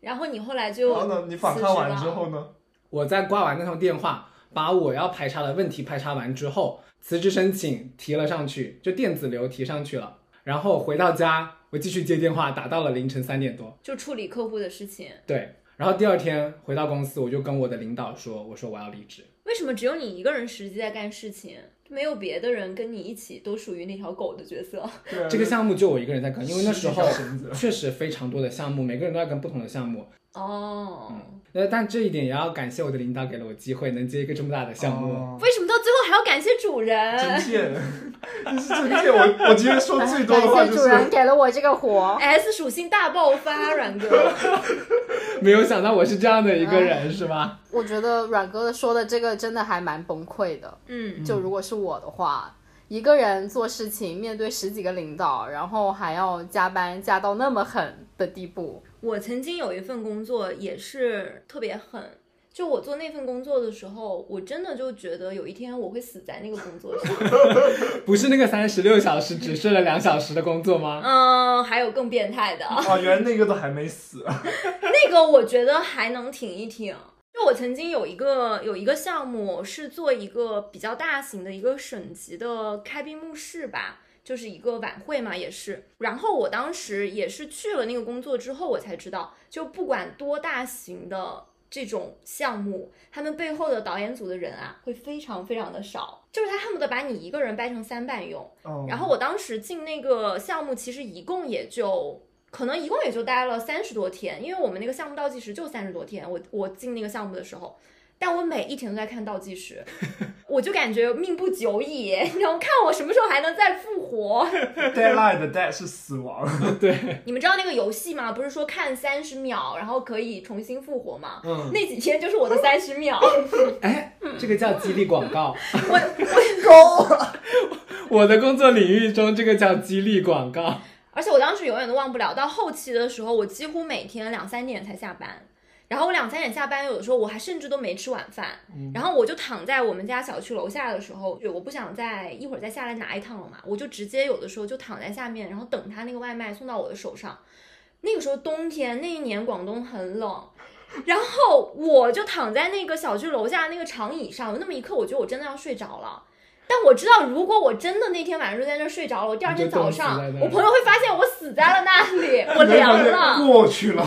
Speaker 5: 然后你后来
Speaker 4: 然
Speaker 5: 就
Speaker 4: 后呢？你反抗完
Speaker 5: 辞职
Speaker 4: 之
Speaker 5: 了
Speaker 4: 后呢？
Speaker 2: 我在挂完那通电话，把我要排查的问题排查完之后，辞职申请提了上去，就电子流提上去了。然后回到家，我继续接电话，打到了凌晨三点多。
Speaker 5: 就处理客户的事情。
Speaker 2: 对，然后第二天回到公司，我就跟我的领导说，我说我要离职。
Speaker 5: 为什么只有你一个人实际在干事情，没有别的人跟你一起都属于那条狗的角色？
Speaker 4: 对啊
Speaker 2: 这个项目就我一个人在跟，因为那时候
Speaker 4: 十几条绳子
Speaker 2: 确实非常多的项目，每个人都在跟不同的项目。
Speaker 5: 哦，
Speaker 2: 呃，但这一点也要感谢我的领导给了我机会，能接一个这么大的项目。
Speaker 4: 哦
Speaker 5: 为什么到最后还要感谢主
Speaker 4: 真
Speaker 5: 人？
Speaker 4: 贱， *laughs* 这是真贱。我我今天说最多的话
Speaker 3: *laughs* 感
Speaker 4: 就
Speaker 3: 谢主人
Speaker 4: 是，
Speaker 3: 给了我这个活。
Speaker 5: S 属性大爆发，阮哥，
Speaker 2: *laughs*
Speaker 5: *laughs*
Speaker 2: 没有想到我是这样的一个人，是吧？
Speaker 3: 我觉得阮哥说的这个真的还蛮崩溃的。
Speaker 5: 嗯，
Speaker 3: 就如果是我的话，一个人做事情，面对十几个领导，然后还要加班加到那么狠的地步。
Speaker 5: 我曾经有一份工作也是特别狠，就我做那份工作的时候，我真的就觉得有一天我会死在那个工作上。
Speaker 2: 不是那个三十六小时只睡了两小时的工作吗？
Speaker 5: 嗯，还有更变态的，
Speaker 4: 啊，原来那个都还没死，
Speaker 5: 那个我觉得还能挺一挺。就我曾经有一个有一个项目是做一个比较大型的一个省级的开闭幕式吧，就是一个晚会嘛，也是。然后我当时也是去了那个工作之后，我才知道，就不管多大型的这种项目，他们背后的导演组的人啊，会非常非常的少，就是他恨不得把你一个人掰成三瓣用。
Speaker 4: 哦
Speaker 5: 然后我当时进那个项目，其实一共也就可能一共也就待了三十多天，因为我们那个项目倒计时就三十多天。我我进那个项目的时候，但我每一天都在看倒计时，我就感觉命不久矣， *laughs* 你知道，看我什么时候还能再复活。
Speaker 4: deadline 的 dead 是死亡，
Speaker 2: 对，
Speaker 5: 你们知道那个游戏吗？不是说看三十秒，然后可以重新复活吗？
Speaker 2: 嗯，
Speaker 5: 那几天就是我的三十秒，
Speaker 2: 哎，这个叫激励广告。
Speaker 4: 够了。
Speaker 2: 我的工作领域中，这个叫激励广告。
Speaker 5: 而且我当时永远都忘不了，到后期的时候，我几乎每天两三点才下班。然后我两三点下班，有的时候我还甚至都没吃晚饭，
Speaker 2: 嗯
Speaker 5: 然后我就躺在我们家小区楼下的时候，就我不想再一会儿再下来拿一趟了嘛，我就直接有的时候就躺在下面，然后等他那个外卖送到我的手上。那个时候冬天，那一年广东很冷，然后我就躺在那个小区楼下那个长椅上，有那么一刻，我觉得我真的要睡着了。但我知道，如果我真的那天晚上就在那儿睡着了，我第二天早上
Speaker 2: 你就冻死在那，儿
Speaker 5: 我朋友会发现我死在了那里，我凉了。
Speaker 4: 过去了。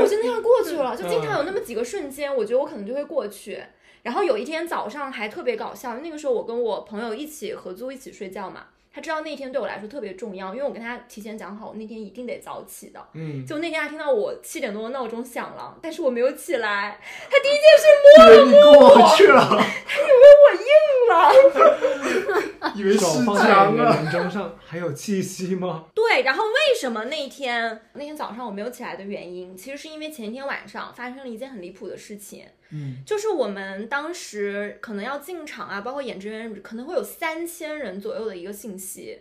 Speaker 5: 我就那样过去了，就经常有那么几个瞬间，我觉得我可能就会过去。然后有一天早上还特别搞笑，那个时候我跟我朋友一起合租一起睡觉嘛，他知道那天对我来说特别重要，因为我跟他提前讲好，我那天一定得早起的。
Speaker 2: 嗯，
Speaker 5: 就那天他听到我七点多的闹钟响了，但是我没有起来，他第一件事
Speaker 4: 以为你过去了，
Speaker 5: 我硬了。
Speaker 4: 以为是
Speaker 2: 手放在
Speaker 4: 僵
Speaker 2: 你的
Speaker 4: 了。
Speaker 2: 门中上，还有气息 *laughs* 吗？
Speaker 5: 对，然后为什么那天那天早上我没有起来的原因，其实是因为前一天晚上发生了一件很离谱的事情。
Speaker 4: 嗯，
Speaker 5: 就是我们当时可能要进场啊，包括演职员，可能会有三千人左右的一个信息。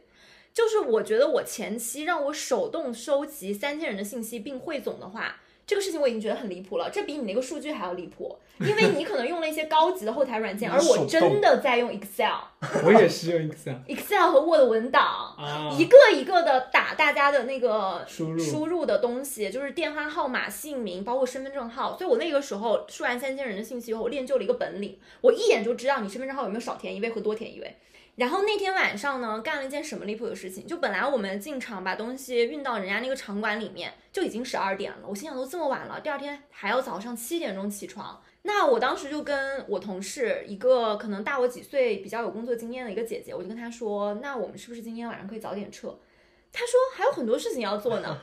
Speaker 5: 就是我觉得我前期让我手动收集三千人的信息并汇总的话，这个事情我已经觉得很离谱了，这比你那个数据还要离谱，因为你可能用了一些高级的后台软件，
Speaker 4: *laughs* 你
Speaker 5: 而
Speaker 4: 是
Speaker 5: 我
Speaker 4: 手
Speaker 5: 真
Speaker 4: 动
Speaker 5: 的在用 Excel、
Speaker 2: 我也是用 Excel
Speaker 5: Excel 和 Word 文档。
Speaker 2: 啊
Speaker 5: 一个一个的打大家的那个
Speaker 2: 输入
Speaker 5: 输入的东西，就是电话号码、姓名，包括身份证号。所以我那个时候输完三千人的信息以后，我练就了一个本领，我一眼就知道你身份证号有没有少填一位和多填一位。然后那天晚上呢，干了一件什么离谱的事情？就本来我们进场把东西运到人家那个场馆里面，就已经十二点了。我心想都这么晚了，第二天还要早上七点钟起床。那我当时就跟我同事一个可能大我几岁、比较有工作经验的一个姐姐，我就跟她说：“那我们是不是今天晚上可以早点撤？”她说：“还有很多事情要做呢。”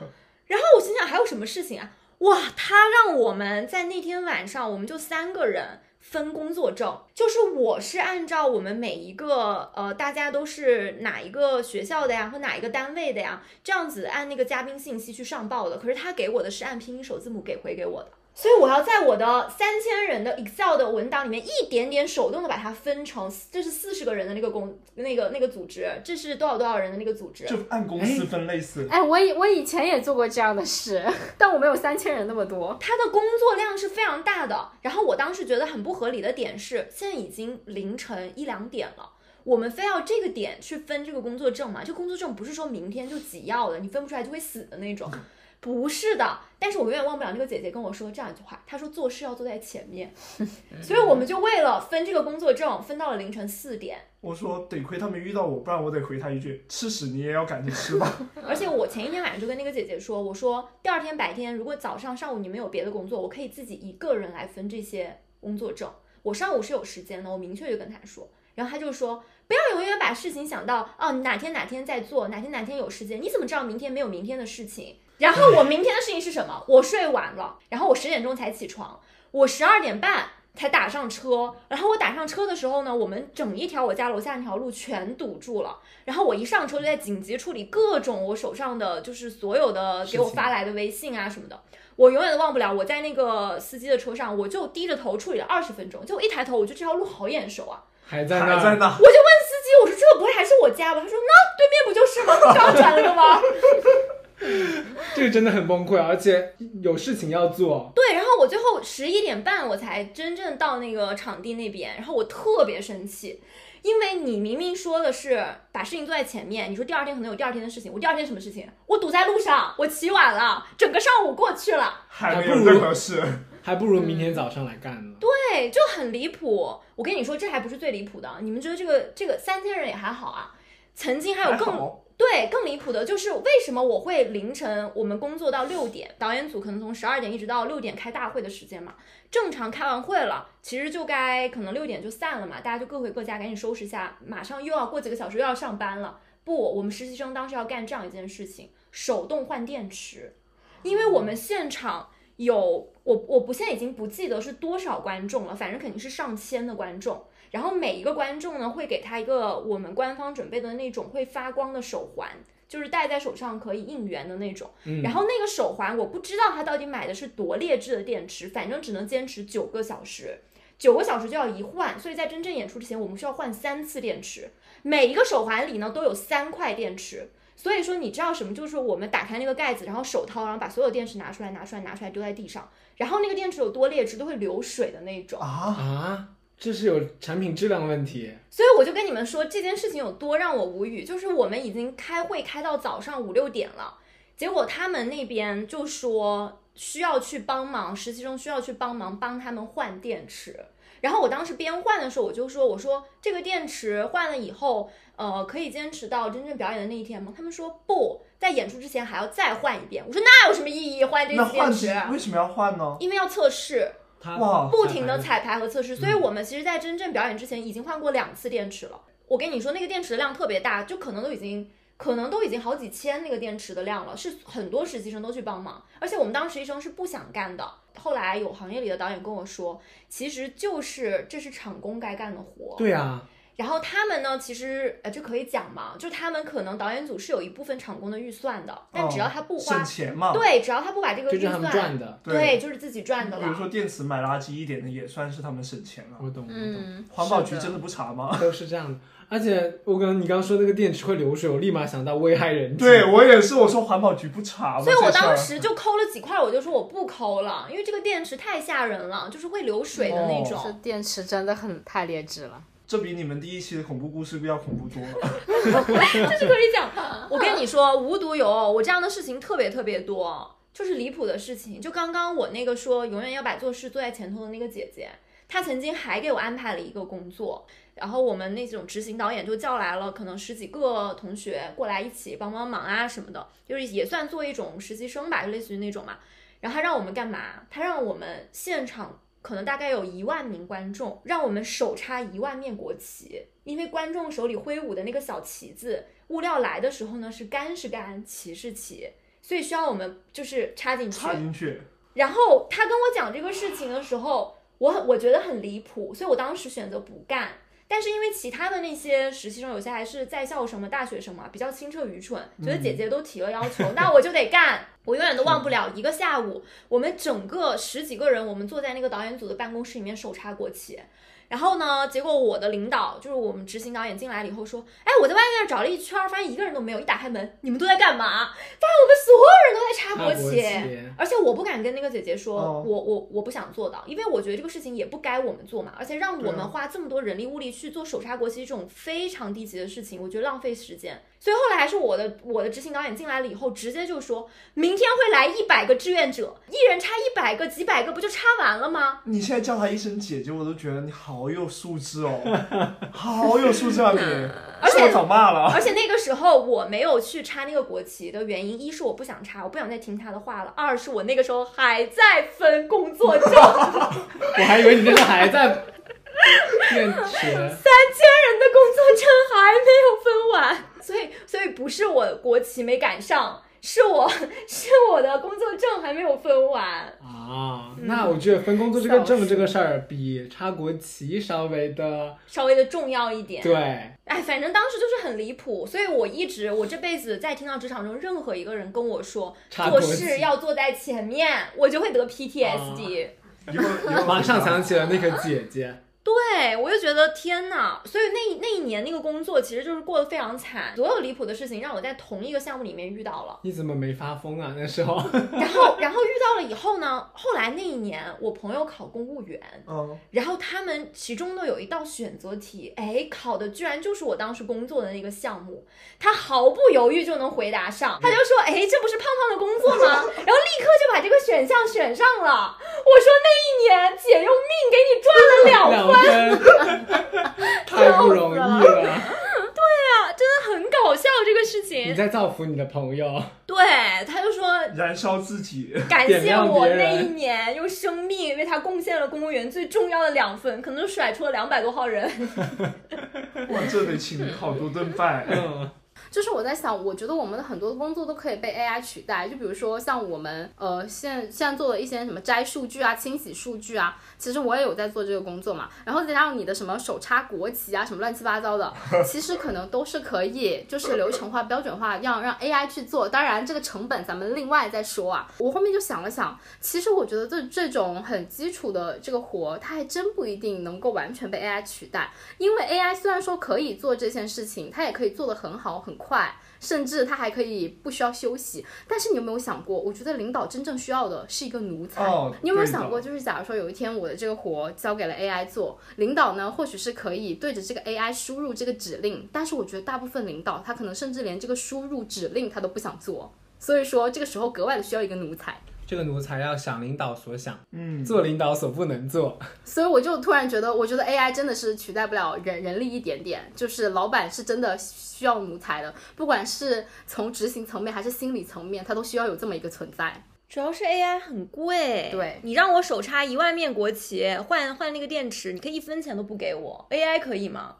Speaker 5: 然后我心想还有什么事情啊？哇，她让我们在那天晚上，我们就三个人分工作证，就是我是按照我们每一个呃，大家都是哪一个学校的呀，或哪一个单位的呀，这样子按那个嘉宾信息去上报的。可是她给我的是按拼音首字母给回给我的。所以我要在我的三千人的 Excel 的文档里面一点点手动的把它分成，这是四十个人的那个公那个那个组织，这是多少多少人的那个组织，
Speaker 4: 就按公司分类似，
Speaker 3: 哎，我以我以前也做过这样的事， *laughs* 但我没有三千人那么多。
Speaker 5: 他的工作量是非常大的。然后我当时觉得很不合理的点是，现在已经凌晨一两点了。我们非要这个点去分这个工作证嘛？这工作证不是说明天就几要的，你分不出来就会死的那种，不是的。但是我永远忘不了那个姐姐跟我说这样一句话，她说做事要做在前面，所以我们就为了分这个工作证，分到了凌晨四点。
Speaker 4: 我说得亏他没遇到我，不然我得回他一句：吃屎你也要赶着吃吧。
Speaker 5: 而且我前一天晚上就跟那个姐姐说，我说第二天白天如果早上上午你们有别的工作，我可以自己一个人来分这些工作证。我上午是有时间的，我明确就跟她说，然后她就说不要永远把事情想到哦哪天哪天再做，哪天哪天有时间，你怎么知道明天没有明天的事情？然后我明天的事情是什么？我睡晚了，然后我十点钟才起床，我十二点半才打上车，然后我打上车的时候呢，我们整一条我家楼下那条路全堵住了。然后我一上车就在紧急处理各种我手上的，就是所有的给我发来的微信啊什么的。我永远都忘不了，我在那个司机的车上，我就低着头处理了二十分钟，就一抬头，我觉得这条路好眼熟啊！
Speaker 2: *laughs* 还在那
Speaker 4: 还
Speaker 2: 儿，
Speaker 4: 在那，
Speaker 5: 我就问司机，我说这不会还是家吧？他说那对面不就是吗？ *laughs* 不刚转了个弯。
Speaker 2: 这个真的很崩溃，而且有事情要做。
Speaker 5: 对，然后我最后十一点半我才真正到那个场地那边，然后我特别生气，因为你明明说的是把事情做在前面，你说第二天可能有第二天的事情，我第二天什么事情？我堵在路上，我起晚了，整个上午过去了，
Speaker 4: 还
Speaker 2: 还
Speaker 4: 没
Speaker 2: 不
Speaker 4: 有
Speaker 2: 如
Speaker 4: 任何事。
Speaker 2: 还不如明天早上来干呢。
Speaker 5: 对，就很离谱。我跟你说，这还不是最离谱的，啊你们觉得这个这个三千人也还好啊？曾经还有更
Speaker 4: 好
Speaker 5: 对，更离谱的就是为什么我会凌晨我们工作到六点，导演组可能从十二点一直到六点开大会的时间嘛。正常开完会了，其实就该可能六点就散了嘛，大家就各回各家，赶紧收拾一下，马上又要过几个小时又要上班了。不，我们实习生当时要干这样一件事情，手动换电池，因为我们现场有我我不现在已经不记得是多少观众了，反正肯定是上千的观众。然后每一个观众呢，会给他一个我们官方准备的那种会发光的手环，就是戴在手上可以应援的那种。
Speaker 2: 嗯
Speaker 5: 然后那个手环，我不知道他到底买的是多劣质的电池，反正只能坚持九个小时，九个小时就要一换。所以在真正演出之前，我们需要换三次电池，每一个手环里呢都有三块电池。所以说，你知道什么？就是我们打开那个盖子，然后手掏，然后把所有电池拿出来，拿出来，拿出来丢在地上，然后那个电池有多劣质，都会流水的那种。
Speaker 4: 啊，
Speaker 2: 啊，这是有产品质量问题。
Speaker 5: 所以我就跟你们说这件事情有多让我无语，就是我们已经开会开到早上五六点了，结果他们那边就说需要去帮忙，实习生需要去帮忙帮他们换电池。然后我当时边换的时候，我就说：“我说这个电池换了以后，呃，可以坚持到真正表演的那一天吗？”他们说不，在演出之前还要再换一遍。我说那有什么意义换这
Speaker 4: 那
Speaker 5: 次电
Speaker 4: 换
Speaker 5: 池？
Speaker 4: 为什么要换呢？
Speaker 5: 因为要测试。
Speaker 2: 它
Speaker 4: 哇
Speaker 5: 不停的彩排和测试，所
Speaker 2: 嗯
Speaker 5: 以我们其实，在真正表演之前已经换过两次电池了。我跟你说，那个电池的量特别大，就可能都已经，可能都已经好几千那个电池的量了，是很多实习生都去帮忙，而且我们当实习生是不想干的。后来有行业里的导演跟我说，其实就是这是场工该干的活，
Speaker 2: 对啊，
Speaker 5: 然后他们呢，其实呃，这可以讲嘛，就是他们可能导演组是有一部分场工的预算的，但
Speaker 2: 哦
Speaker 5: 只要他不花，
Speaker 4: 省钱嘛。
Speaker 5: 对，只要他不把这个
Speaker 2: 啊这
Speaker 5: 预
Speaker 2: 就是
Speaker 5: 算
Speaker 2: 他们赚的。
Speaker 5: 对，就是自己赚的
Speaker 4: 比如
Speaker 5: 了。
Speaker 4: 说电池买垃圾一点的也算是他们省钱了。
Speaker 2: 我懂，我懂，
Speaker 3: 嗯，
Speaker 4: 环保
Speaker 3: 是
Speaker 4: 局
Speaker 3: 的
Speaker 4: 真的不
Speaker 2: *laughs*
Speaker 4: 查吗？
Speaker 2: 都是这样的。而且我刚你刚说那个电池会流水，我立马想到危害人体。
Speaker 4: 对我也是，我说环保局不查吗？
Speaker 5: 所以我
Speaker 4: 这事儿
Speaker 5: 当时就抠了几块，我就说我不抠了，因为这个电池太吓人了，就是会流水的那种。
Speaker 4: 哦
Speaker 3: 这电池真的很太劣质了。
Speaker 4: 这比你们第一期的恐怖故事要恐怖多了。
Speaker 5: *laughs* 这是可以讲的。我跟你说，无独有偶，我这样的事情特别特别多，就是离谱的事情。就刚刚我那个说永远要把做事做在前头的那个姐姐，她曾经还给我安排了一个工作，然后我们那种执行导演就叫来了可能十几个同学过来一起帮帮忙啊什么的，就是也算做一种实习生吧，就类似于那种嘛。然后他让我们干嘛？他让我们现场可能大概有一万名观众，让我们手插一万面国旗，因为观众手里挥舞的那个小旗子，物料来的时候呢是杆是杆，旗是旗，所以需要我们就是插进去。
Speaker 4: 插进去，
Speaker 5: 然后他跟我讲这个事情的时候，我很我觉得很离谱，所以我当时选择不干。但是因为其他的那些实习生，有些还是在校生嘛、大学生嘛，比较清澈愚蠢，觉得姐姐都提了要求，那我就得干。我永远都忘不了一个下午，我们整个十几个人，我们坐在那个导演组的办公室里面手插国旗。然后呢，结果我的领导就是我们执行导演进来了以后说，哎，我在外面找了一圈儿，发现一个人都没有。一打开门，你们都在干嘛？发现我们所有人都在插国
Speaker 2: 国
Speaker 5: 旗。
Speaker 4: *laughs*
Speaker 5: 而且我不敢跟那个姐姐说，
Speaker 4: 哦
Speaker 5: 我我我不想做到，因为我觉得这个事情也不该我们做嘛，而且让我
Speaker 4: 对啊
Speaker 5: 们花这么多人力物力去做手插国旗这种非常低级的事情，我觉得浪费时间。所以后来还是我的我的执行导演进来了以后，直接就说明天会来一百个志愿者，一人插一百个、几百个，不就插完了吗？
Speaker 4: 你现在叫她一声姐姐，我都觉得你好有素质哦，好有素质啊你！
Speaker 5: 而且
Speaker 4: 是我早骂
Speaker 2: 啊
Speaker 5: *laughs*
Speaker 4: 了。
Speaker 5: 而且那个时候我没有去插那个国旗的原因，一是我不想插，我不想再听他的话了；二是我那个时候还在分工作
Speaker 2: *laughs*
Speaker 5: 证，
Speaker 2: 我还以为你这个还在电池。
Speaker 5: 人的工作证还没有分完，所以所以不是我国旗没赶上，是我是我的工作证还没有分完。
Speaker 2: 啊，那我觉得分工作这
Speaker 5: 嗯
Speaker 2: 个证这个事儿比插国旗稍微的
Speaker 5: 稍微的重要一点，
Speaker 2: 对，
Speaker 5: 哎，反正当时就是很离谱，所以我一直，我这辈子在听到职场中任何一个人跟我说
Speaker 2: 插
Speaker 5: 做
Speaker 2: 国
Speaker 5: 事
Speaker 2: 旗啊
Speaker 5: 要坐在前面，我就会得 PTSD。
Speaker 4: 以后以后
Speaker 2: 马上想起了那个姐姐，
Speaker 5: 对，对，我就觉得天哪！所以那一那一年那个工作其实就是过得非常惨，所有离谱的事情让我在同一个项目里面遇到了。
Speaker 2: 你怎么没发疯啊？那时候，
Speaker 5: 然后然后遇到了以后呢，后来那一年我朋友考公务员，
Speaker 4: 嗯，
Speaker 5: 然后他们其中呢有一道选择题，哎，考的居然就是我当时工作的那个项目，他毫不犹豫就能回答上，他就说，哎，这不是胖胖的工作吗？然后立刻就把这个选项选上了。我说那一年姐用命给你赚了两
Speaker 2: *laughs* 两分，
Speaker 5: *laughs*
Speaker 2: 太不容易了。
Speaker 5: 啊，真的很搞笑这个事
Speaker 2: 你
Speaker 5: 情。
Speaker 2: 在造福你的朋友，
Speaker 5: 对，他就说
Speaker 4: 燃烧自己， *laughs*
Speaker 5: 感
Speaker 2: 点
Speaker 5: 谢
Speaker 2: 亮
Speaker 5: 我
Speaker 2: 别
Speaker 5: 那
Speaker 2: 人
Speaker 5: 一年用生命为他贡献了公务员最重要的两份，可能甩出了两百多号人。
Speaker 4: 哇，这得请好多顿饭。
Speaker 2: 嗯，
Speaker 3: 就是我在想，我觉得我们的很多工作都可以被 AI 取代，就比如说像我们呃现现在做的一些什么摘数据啊、清洗数据啊，其实我也有在做这个工作嘛。然后再加上你的什么手插国旗啊、什么乱七八糟的，其实可能都是可以就是流程化、标准化，让让 AI 去做。当然这个成本咱们另外再说啊。我后面就想了想，其实我觉得这这种很基础的这个活，它还真不一定能够完全被 AI 取代。因为 AI 虽然说可以做这件事情，它也可以做得很好很快，甚至它还可以不需要休息。但是你有没有想过，我觉得领导真正需要的是一个奴才。
Speaker 4: 哦
Speaker 3: 你有没有
Speaker 4: 对的
Speaker 3: 想过，就是假如说有一天我的这个活交给了 AI 做，领导呢或许是可以对着这个 AI 输入这个指令，但是我觉得大部分领导他可能甚至连这个输入指令他都不想做，所以说这个时候格外的需要一个奴才。
Speaker 2: 这个奴才要想领导所想，
Speaker 4: 嗯，
Speaker 2: 做领导所不能做。
Speaker 3: 所以我就突然觉得，我觉得 AI 真的是取代不了人人力一点点，就是老板是真的需要奴才的，不管是从执行层面还是心理层面，他都需要有这么一个存在。
Speaker 5: *laughs* 主要是 AI 很贵，
Speaker 3: 对
Speaker 5: 你让我手插一万面国旗换换那个电池，你可以一分钱都不给我，AI 可以吗？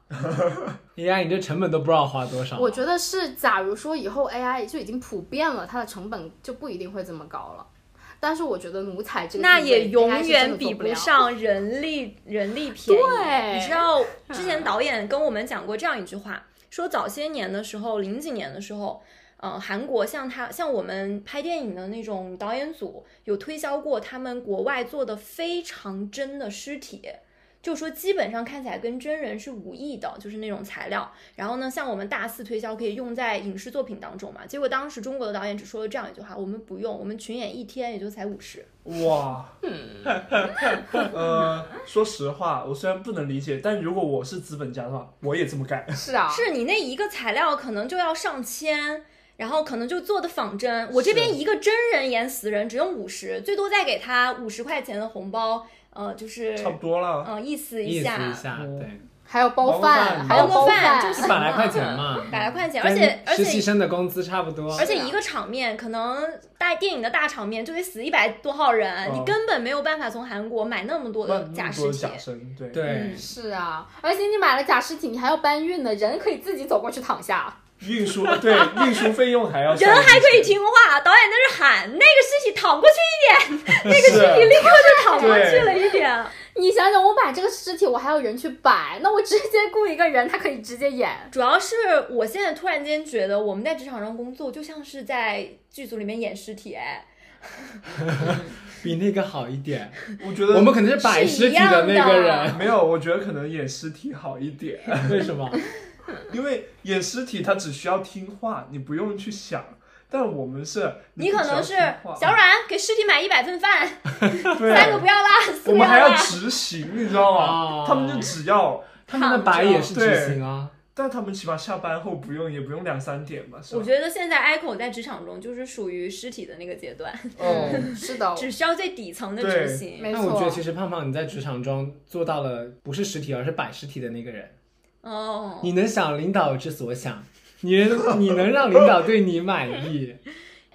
Speaker 2: AI，你这成本都不知道花多少。
Speaker 3: 我觉得是，假如说以后 AI 就已经普遍了，它的成本就不一定会这么高了。但是我觉得奴才这个
Speaker 5: 那
Speaker 3: 地
Speaker 5: 也
Speaker 3: 位
Speaker 5: 永
Speaker 3: AI 是真
Speaker 5: 远
Speaker 3: 的
Speaker 5: 比
Speaker 3: 做
Speaker 5: 不
Speaker 3: 了
Speaker 5: 上人力人力便宜。
Speaker 3: 对
Speaker 5: 你知
Speaker 3: *laughs*
Speaker 5: 道之前导演跟我们讲过这样一句话，说早些年的时候，零几年的时候。嗯，韩国像他像我们拍电影的那种导演组，有推销过他们国外做的非常真的尸体，就说基本上看起来跟真人是无异的，就是那种材料。然后呢，像我们大肆推销可以用在影视作品当中嘛。结果当时中国的导演只说了这样一句话：我们不用，我们群演一天也就才五十。
Speaker 4: 哇， *laughs* 呃，说实话，我虽然不能理解，但如果我是资本家的话，我也这么干。
Speaker 3: 是啊，
Speaker 5: 是你那一个材料可能就要上千，然后可能就做的仿真。我这边一个真人演死人只用五十，最多再给他五十块钱的红包，呃，就是
Speaker 4: 差不多了，
Speaker 5: 嗯意思
Speaker 2: 意
Speaker 5: 一
Speaker 2: 思
Speaker 5: 下，
Speaker 2: 一下，
Speaker 4: 嗯
Speaker 2: 对，
Speaker 3: 还有包
Speaker 4: 包饭
Speaker 3: 还有
Speaker 5: 包个饭
Speaker 3: 饭，
Speaker 5: 就行
Speaker 2: 百来
Speaker 5: 了
Speaker 2: 块钱嘛，
Speaker 5: *laughs* 百来块钱，而且而
Speaker 2: 跟实
Speaker 5: 且。
Speaker 2: 习生的工资差不多。
Speaker 5: 而
Speaker 4: 啊
Speaker 5: 且一个场面，可能大电影的大场面就得死一百多号人，
Speaker 4: 嗯
Speaker 5: 你根本没有办法从韩国买那么多
Speaker 4: 那
Speaker 5: 的
Speaker 4: 么
Speaker 5: 假尸
Speaker 4: 多
Speaker 5: 体。
Speaker 4: 假身，对，
Speaker 2: 对
Speaker 5: 嗯，
Speaker 3: 是啊，而且你买了假尸体，你还要搬运呢，人可以自己走过去躺下。
Speaker 4: 运输
Speaker 5: *laughs*
Speaker 4: 对运输费用还要
Speaker 5: 人还可以
Speaker 4: 停，
Speaker 5: 听话，导演在这喊那个尸体躺过去一点，
Speaker 4: 那个
Speaker 5: 尸体立刻就躺过去了一点。
Speaker 3: 你想想，我买这个尸体，我还有人去摆，那我直接雇一个人，他可以直接演。
Speaker 5: 主要是我现在突然间觉得，我们在职场上工作就像是在剧组里面演尸体，哎，
Speaker 2: 比那个好一点。
Speaker 4: 我觉得
Speaker 2: 我们可能是摆尸体那个人，
Speaker 4: 没有，我觉得可能演尸体好
Speaker 2: *laughs*
Speaker 4: 一点，
Speaker 5: *laughs*
Speaker 2: 为什么？
Speaker 4: 因为演尸体他只需要听话，你不用去想。但我们是，
Speaker 5: 你可能是小
Speaker 4: 嗯小
Speaker 5: 阮给尸体买一百份饭，三
Speaker 4: 对
Speaker 5: 个，不要啦，四
Speaker 4: 我
Speaker 5: 个啊不
Speaker 4: 们还
Speaker 5: 要
Speaker 4: 要
Speaker 5: 啦。
Speaker 4: 执行，你知道吗
Speaker 2: 哦？
Speaker 4: 他们就只要，
Speaker 2: 他们的白也是执行啊，
Speaker 4: 但他们起码下班后不用，也不用两三点嘛，是吧？
Speaker 5: 我觉得现在 Echo 在职场中就是属于尸体的那个阶段，
Speaker 4: 哦，，
Speaker 3: 嗯是的，
Speaker 5: 只需要最底层的
Speaker 4: 对
Speaker 5: 执行。
Speaker 3: 没
Speaker 2: 但我觉得其
Speaker 3: 错。
Speaker 2: 实胖胖你在职场中做到了不是实体，而是摆实体的那个人。
Speaker 5: 哦，
Speaker 2: 你能想领导之所想，你能你能让领导对你满意。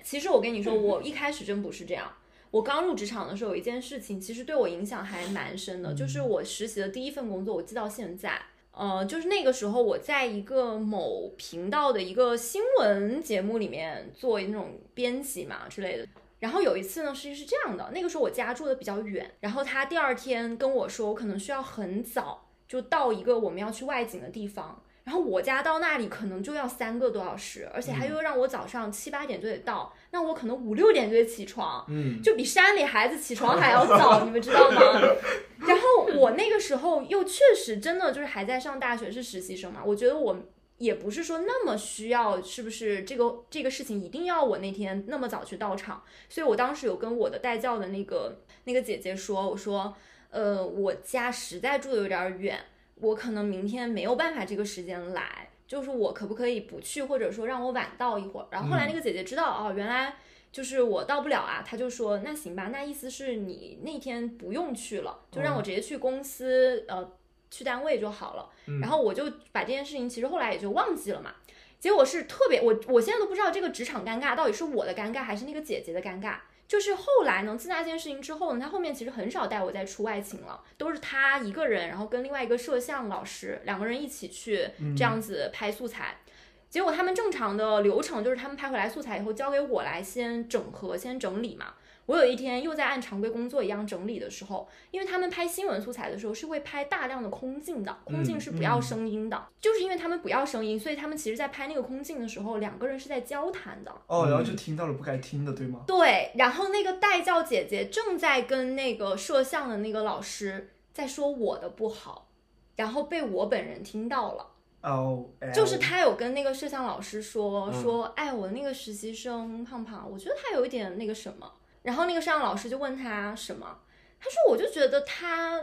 Speaker 5: 其实我跟你说，我一开始真不是这样。我刚入职场的时候，有一件事情其实对我影响还蛮深的，就是我实习的第一份工作，我记到现在。呃，就是那个时候我在一个某频道的一个新闻节目里面做那种编辑嘛之类的。然后有一次呢，是是这样的，那个时候我家住的比较远，然后他第二天跟我说，我可能需要很早就到一个我们要去外景的地方，然后我家到那里可能就要三个多小时，而且他又让我早上七八点就得到，那我可能五六点就得起床，
Speaker 2: 嗯，
Speaker 5: 就比山里孩子起床还要早，你们知道吗？ *laughs* 然后我那个时候又确实真的就是还在上大学是实习生嘛，我觉得我也不是说那么需要，是不是这个这个事情一定要我那天那么早去到场？所以我当时有跟我的带教的那个那个姐姐说，我说，呃，我家实在住的有点远，我可能明天没有办法这个时间来，就是我可不可以不去，或者说让我晚到一会儿？然后后来那个姐姐知道、哦，原来就是我到不了啊，她就说那行吧，那意思是你那天不用去了，就让我直接去公司、呃去单位就好了。
Speaker 2: 嗯
Speaker 5: 然后我就把这件事情其实后来也就忘记了嘛。结果是特别，我我现在都不知道这个职场尴尬到底是我的尴尬还是那个姐姐的尴尬。就是后来呢，自那件事情之后呢，她后面其实很少带我再出外勤了，都是她一个人，然后跟另外一个摄像老师两个人一起去这样子拍素材。结果他们正常的流程就是他们拍回来素材以后交给我来先整合、先整理嘛。我有一天又在按常规工作一样整理的时候，因为他们拍新闻素材的时候是会拍大量的空镜的，空镜是不要声音的，就是因为他们不要声音，所以他们其实在拍那个空镜的时候，两个人是在交谈的。
Speaker 4: 哦，
Speaker 2: 嗯
Speaker 4: 然后就听到了不该听的，对吗？
Speaker 5: 对，然后那个带教姐姐正在跟那个摄像的那个老师在说我的不好，然后被我本人听到了。
Speaker 4: 哦，
Speaker 5: 就是他有跟那个摄像老师说
Speaker 2: 嗯
Speaker 5: 说，哎，我那个实习生胖胖，我觉得他有一点那个什么。然后那个摄像老师就问他什么，他说我就觉得他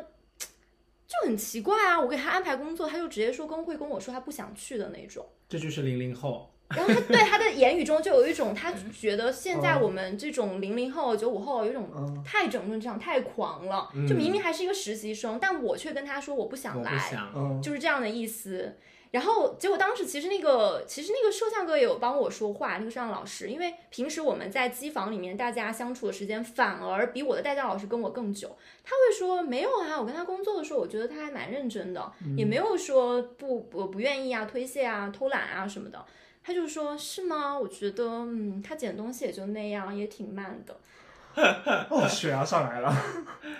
Speaker 5: 就很奇怪啊，我给他安排工作，他就直接说跟会跟我说他不想去的那种。
Speaker 2: 这就是零零后，
Speaker 5: 然后他对他的言语中就有一种他觉得现在我们这种零零后、九五后有一种
Speaker 4: 嗯
Speaker 5: 太整顿职场太狂了，就明明还是一个实习生，但我却跟他说我不
Speaker 2: 我
Speaker 5: 想来
Speaker 2: 不，想，
Speaker 4: 嗯，
Speaker 5: 就是这样的意思。然后结果当时其实那个其实那个摄像哥也有帮我说话，那个摄像老师，因为平时我们在机房里面大家相处的时间反而比我的带教老师跟我更久，他会说没有啊，我跟他工作的时候，我觉得他还蛮认真的，也没有说不不不愿意啊、推卸啊、偷懒啊什么的。他就说是吗？我觉得嗯，他捡东西也就那样，也挺慢的。
Speaker 4: 哦，血压上来了，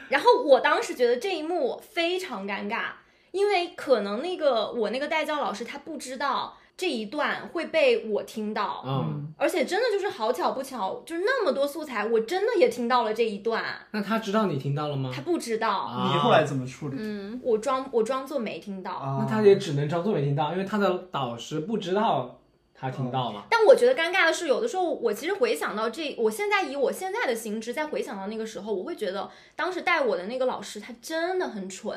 Speaker 5: 然后我当时觉得这一幕非常尴尬，因为可能那个我那个带教老师他不知道这一段会被我听到，
Speaker 2: 嗯，
Speaker 5: 而且真的就是好巧不巧，就是那么多素材，我真的也听到了这一段，
Speaker 2: 那他知道你听到了吗
Speaker 5: 他？不知道，
Speaker 2: 啊
Speaker 4: 你后来怎么处理？
Speaker 3: 嗯，
Speaker 5: 我装我装作没听到。
Speaker 4: 啊，
Speaker 2: 那他也只能装作没听到，因为他的导师不知道他听到了。
Speaker 5: 但我觉得尴尬的是，有的时候我其实回想到这，我现在以我现在的心智再回想到那个时候，我会觉得当时带我的那个老师他真的很蠢，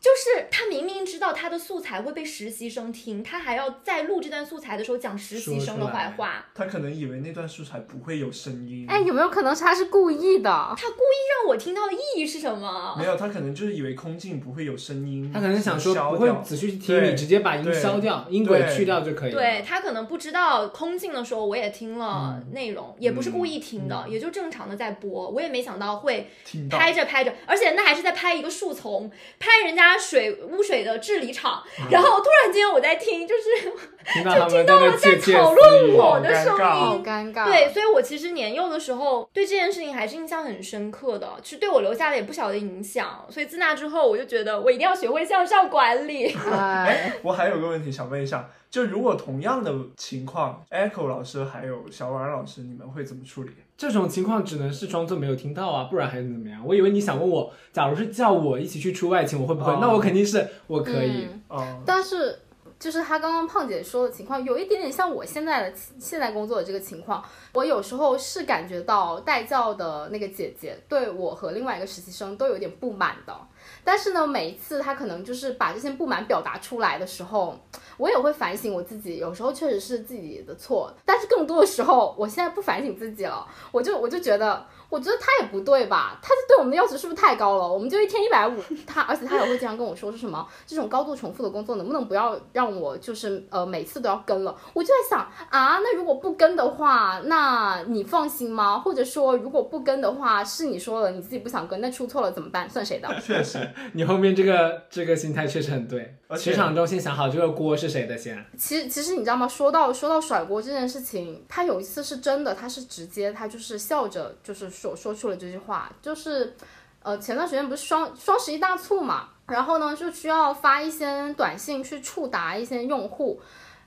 Speaker 5: 就是他明明知道他的素材会被实习生听，他还要在录这段素材的时候讲实习生的坏话，
Speaker 4: 他可能以为那段素材不会有声音，
Speaker 3: 哎，有没有可能是他是故意的？
Speaker 5: 他故意让我听到的意义是什么
Speaker 4: 没？有，他可能就是以为空镜不会有声音，
Speaker 2: 他可能想说
Speaker 4: 消
Speaker 2: 不会
Speaker 4: 掉
Speaker 2: 仔细听，
Speaker 4: 对
Speaker 2: 你直接把音
Speaker 4: 对
Speaker 2: 消掉，音轨
Speaker 4: 对
Speaker 2: 去掉就可以了。
Speaker 5: 对他可能不知道空镜的时候，我也听了内容，也不是故意听的，也就正常的在播，我也没想到会
Speaker 4: 听到
Speaker 5: 拍着拍着，而且那还是在拍一个树丛，拍人家水污水的治理厂，然后突然间我在听，就是
Speaker 2: 听嗯到他们
Speaker 5: 就听
Speaker 2: 在
Speaker 5: 到
Speaker 2: 那
Speaker 5: 了在
Speaker 2: 窃窃
Speaker 5: 讨
Speaker 2: 私
Speaker 5: 论
Speaker 2: 语
Speaker 5: 我的声
Speaker 4: 好
Speaker 2: 嗯
Speaker 4: 尴尬
Speaker 5: 音
Speaker 3: 好。尴尬。
Speaker 5: 对，，所以我其实年幼的时候对这件事情还是印象很深刻的，是对我留下了也不小的影响。所以自那之后，我就觉得我一定要学会向上管
Speaker 2: *laughs*
Speaker 5: 理。
Speaker 3: 哎，
Speaker 4: 我还有个问题想问一下，就如果同样的情况，Echo 老师还有小婉老师，你们会怎么处理？
Speaker 2: 这种情况只能是装作没有听到啊，不然还能怎么样？我以为你想问我，假如是叫我一起去出外勤，我会不会？
Speaker 4: 哦
Speaker 2: 那我肯定是我可以。
Speaker 3: 嗯
Speaker 4: 哦、
Speaker 3: 但是就是他刚刚胖姐说的情况，有一点点像我现在的现在工作的这个情况。我有时候是感觉到带教的那个姐姐对我和另外一个实习生都有点不满的，但是呢，每一次她可能就是把这些不满表达出来的时候，我也会反省我自己，有时候确实是自己的错，但是更多的时候，我现在不反省自己了，我就我就觉得。我觉得他也不对吧？他对我们的要求是不是太高了？我们就一天一百五，他而且他也会经常跟我说是什么这种高度重复的工作能不能不要让我就是呃每次都要跟了？我就在想啊，那如果不跟的话，那你放心吗？或者说如果不跟的话，是你说了你自己不想跟，那出错了怎么办？算谁的？
Speaker 4: 确
Speaker 5: 嗯
Speaker 4: 实，
Speaker 2: *laughs* 你后面这个这个心态确实很对。
Speaker 4: 而且
Speaker 2: 职场中先想好这个锅是谁的先。
Speaker 3: 其实其实你知道吗？说到说到甩锅这件事情，他有一次是真的，他是直接他就是笑着就是说说出了这句话，就是，呃，前段时间不是双双十一大促嘛，然后呢，就需要发一些短信去触达一些用户。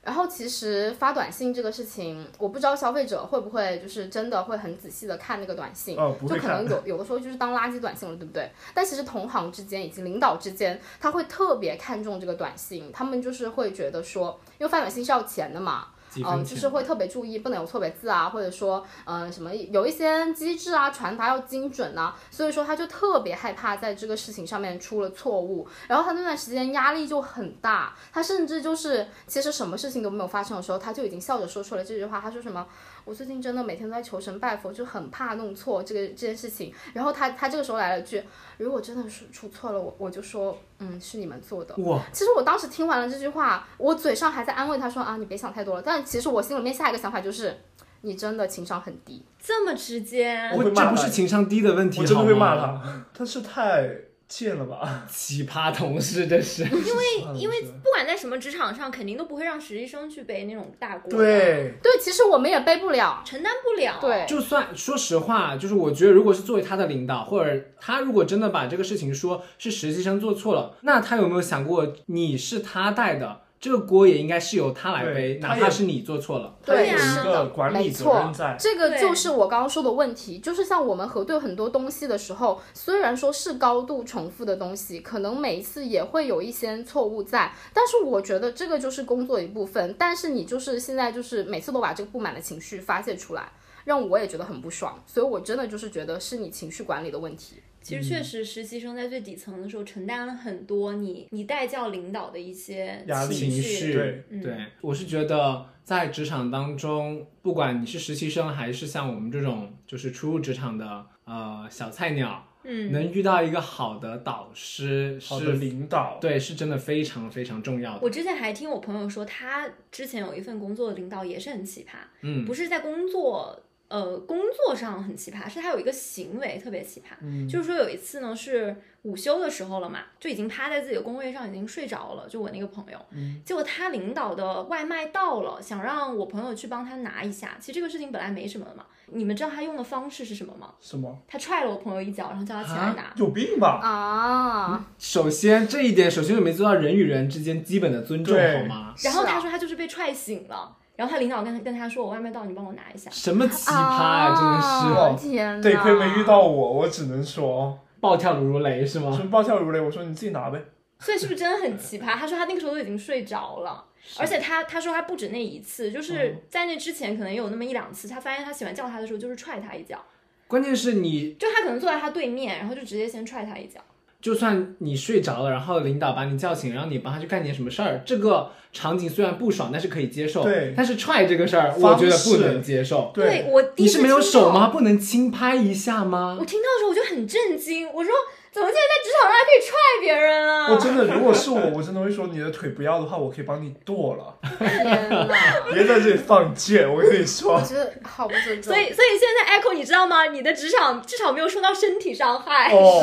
Speaker 3: 然后其实发短信这个事情，我不知道消费者会不会就是真的会很仔细的看那个短信，
Speaker 4: 哦不
Speaker 3: 就
Speaker 4: 会
Speaker 3: 可
Speaker 4: 看
Speaker 3: 能有有的时候就是当垃圾短信了，对不对？但其实同行之间以及领导之间，他会特别看重这个短信，他们就是会觉得说，因为发短信是要钱的嘛，
Speaker 2: 几分
Speaker 3: 嗯，
Speaker 2: 钱？
Speaker 3: 就是会特别注意不能有错别字啊，或者说，嗯、什么有一些机制啊，传达要精准呐、所以说他就特别害怕在这个事情上面出了错误，然后他那段时间压力就很大，他甚至就是其实什么事情都没有发生的时候，他就已经笑着说出了这句话，他说什么？我最近真的每天都在求神拜佛，就很怕弄错这个这件事情。然后他他这个时候来了句：“如果真的是出错了，我我就说，嗯，是你们做的。”
Speaker 2: 哇，
Speaker 3: 其实我当时听完了这句话，我嘴上还在安慰他说啊，你别想太多了。但其实我心里面下一个想法就是，你真的情商很低。
Speaker 5: 这么直接
Speaker 4: 我，
Speaker 2: 不
Speaker 4: 会骂
Speaker 2: 这
Speaker 4: 他
Speaker 2: 不是情商低的问题，
Speaker 4: 我真的会骂
Speaker 2: 好吗。
Speaker 4: 他，他是太贱了吧？
Speaker 2: 奇葩同事，这是
Speaker 4: 因为因为
Speaker 5: 不管在什么职场上，肯定都不会让实习生去背那种大锅，，
Speaker 4: 对，
Speaker 3: 对，其实我们也背不了。
Speaker 5: 承担不了。，啊
Speaker 3: 对，
Speaker 2: 就算说实话，就是我觉得，如果是作为他的领导，或者他如果真的把这个事情说是实习生做错了，那他有没有想过你是他带的，这个锅也应该是由他来背，
Speaker 4: 对
Speaker 2: 哪
Speaker 4: 他
Speaker 2: 怕
Speaker 4: 也
Speaker 2: 是你做错了。
Speaker 3: 对
Speaker 5: 呀
Speaker 4: 有一
Speaker 3: 是的
Speaker 4: 个管理
Speaker 3: 没
Speaker 4: 责
Speaker 3: 错
Speaker 4: 任在，。
Speaker 3: 这个
Speaker 5: 对
Speaker 3: 就是我刚刚说的问题，就是像我们核对很多东西的时候，虽然说是高度重复的东西，可能每一次也会有一些错误在，但是我觉得这个就是工作的一部分。但是你就是现在就是每次都把这个不满的情绪发泄出来，让我也觉得很不爽，所以我真的就是觉得是你情绪管理的问题。
Speaker 5: 其实
Speaker 4: 嗯
Speaker 5: 确实，实习生在最底层的时候，承担了很多你你带教领导的一些
Speaker 4: 压力
Speaker 2: 情
Speaker 5: 情
Speaker 2: 绪，
Speaker 4: 对
Speaker 5: 嗯
Speaker 2: 我是觉得在职场当中，不管你是实习生还是像我们这种就是初入职场的呃小菜鸟，
Speaker 5: 嗯，
Speaker 2: 能遇到一个好的导师
Speaker 4: 好的
Speaker 2: 是，
Speaker 4: 领导，
Speaker 2: 对，是真的非常非常重要的。
Speaker 5: 我之前还听我朋友说，他之前有一份工作的领导也是很奇葩，
Speaker 2: 嗯
Speaker 5: 不是在工作呃工作上很奇葩，是他有一个行为特别奇葩。
Speaker 4: 嗯，
Speaker 5: 就是说有一次呢是午休的时候了嘛，就已经趴在自己的工位上已经睡着了，就我那个朋友，
Speaker 4: 嗯
Speaker 5: 结果他领导的外卖到了，想让我朋友去帮他拿一下。其实这个事情本来没什么的嘛，你们知道他用的方式是什么吗？
Speaker 4: 什么
Speaker 5: 他踹了我朋友一脚，然后叫他起
Speaker 2: 啊
Speaker 5: 来拿。
Speaker 4: 有病
Speaker 3: 嗯
Speaker 4: 吧？
Speaker 3: 啊，
Speaker 2: 首先这一点，首先就没做到人与人之间基本的尊重，
Speaker 4: 对
Speaker 2: 好吗？
Speaker 5: 然后
Speaker 3: 是啊
Speaker 5: 他说他就是被踹醒了，然后他领导跟他跟他说我外卖到，你帮我拿一下。
Speaker 2: 什么奇葩啊，真的是
Speaker 3: 啊天哪
Speaker 4: 得亏没遇到我，我只能说，
Speaker 2: 暴跳如雷是吗？
Speaker 4: 说暴跳如雷。我说你自己拿呗，
Speaker 5: 所以是不是真的很奇
Speaker 2: 嗯
Speaker 5: 葩？他说他那个时候都已经睡着了，而且他他说他不止那一次，
Speaker 2: 嗯
Speaker 5: 就是在那之前可能有那么一两次，他发现他喜欢叫他的时候就是踹他一脚，
Speaker 2: 关键是你
Speaker 5: 就他可能坐在他对面，然后就直接先踹他一脚。
Speaker 2: 就算你睡着了，然后领导把你叫醒，让你帮他去干点什么事儿，这个场景虽然不爽，但是可以接受。
Speaker 4: 对
Speaker 2: 但是踹这个事儿，
Speaker 4: 方
Speaker 2: 我
Speaker 4: 式
Speaker 2: 觉得不能接受。
Speaker 4: 对，
Speaker 5: 我第
Speaker 2: 你
Speaker 5: 一
Speaker 2: 是
Speaker 5: 次
Speaker 2: 没有
Speaker 5: 听到
Speaker 2: 手吗？？不能轻拍一下
Speaker 5: *laughs*
Speaker 2: 吗
Speaker 5: 我？听到的时候我就很震惊，我说怎么现在在职场上还可以踹别人啊？
Speaker 4: 我真的，如果是我，我真的会说你的腿不要的话，我可以帮你剁了，
Speaker 3: 天哪！
Speaker 4: 别在这里放箭。我跟你
Speaker 3: 我 *laughs*
Speaker 4: 说，哦
Speaker 3: 觉得好不尊重。
Speaker 5: 所以，所以现在 Echo，你知道吗？你的职场至少没有受到身体伤害，
Speaker 4: 哦，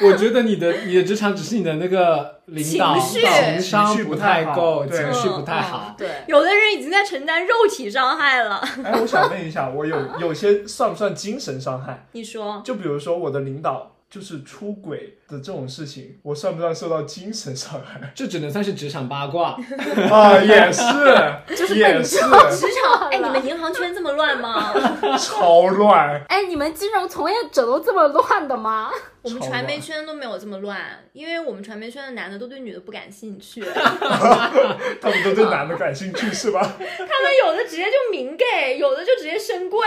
Speaker 2: 我觉得你的你的职场只是你的那个领导
Speaker 5: 情绪
Speaker 2: 情商
Speaker 4: 情绪不
Speaker 2: 太
Speaker 4: 太
Speaker 2: 够，
Speaker 4: 好
Speaker 2: 情
Speaker 4: 对
Speaker 2: 绪不太
Speaker 3: 嗯
Speaker 2: 好。
Speaker 3: 对，
Speaker 5: 有的人已经在承担肉体伤害了。
Speaker 4: 哎，我想问一下，我有有些算不算精神伤害？
Speaker 5: 你说，
Speaker 4: 就比如说我的领导就是出轨的这种事情，我算不算受到精神伤害？ *laughs*
Speaker 2: 这只能算是职场八卦。
Speaker 4: 啊，也是，也是，
Speaker 5: 职 *laughs* 场，哎，你们银行圈这么乱 *laughs* 吗？
Speaker 4: 超乱。
Speaker 3: 哎，你们金融从业者都这么乱的吗？
Speaker 5: 我们
Speaker 4: 超
Speaker 5: 传媒
Speaker 4: 乱
Speaker 5: 圈都没有这么乱，因为我们传媒圈的男的都对女的不感兴 *laughs* 趣，
Speaker 4: 他们都对男的感兴趣是吧？
Speaker 5: 他们有的直接就明 gay，有的就直接深贵。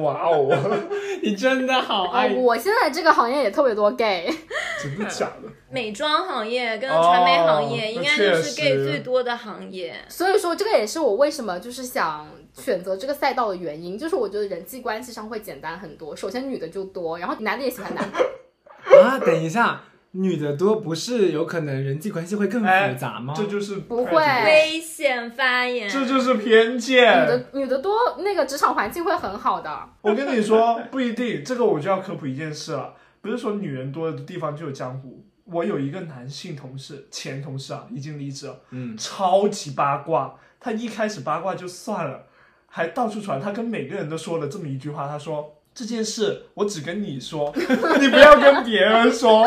Speaker 4: 哇哦，
Speaker 2: *laughs* 你真的好
Speaker 3: 啊，
Speaker 4: 哎
Speaker 2: 爱
Speaker 3: 我现在这个行业也特别多 gay。 *laughs*
Speaker 4: 真的假的？
Speaker 5: 美妆行业跟
Speaker 4: 哦
Speaker 5: 传媒行业、
Speaker 4: 那
Speaker 5: 应该就
Speaker 4: 确
Speaker 5: 是
Speaker 4: 实
Speaker 5: gay 最多的行业。
Speaker 3: 所以说，这个也是我为什么就是想选择这个赛道的原因，就是我觉得人际关系上会简单很多。首先女的就多，然后男的也喜欢男的，
Speaker 2: 啊！等一下，女的多不是有可能人际关系会更复杂吗？
Speaker 4: 这哎就是
Speaker 3: 不会哎
Speaker 5: 危险发言，
Speaker 4: 这就是偏见
Speaker 3: 女。的女的多，那个职场环境会很好的。
Speaker 4: 我跟你说，不一定。这个我就要科普一件事了，不是说女人多的地方就有江湖。我有一个男性同事，前同事啊，已经离职了，
Speaker 2: 嗯，
Speaker 4: 超级八卦。他一开始八卦就算了，还到处传，他跟每个人都说了这么一句话，他说：“这件事我只跟你说， *laughs* 你不要跟别人说。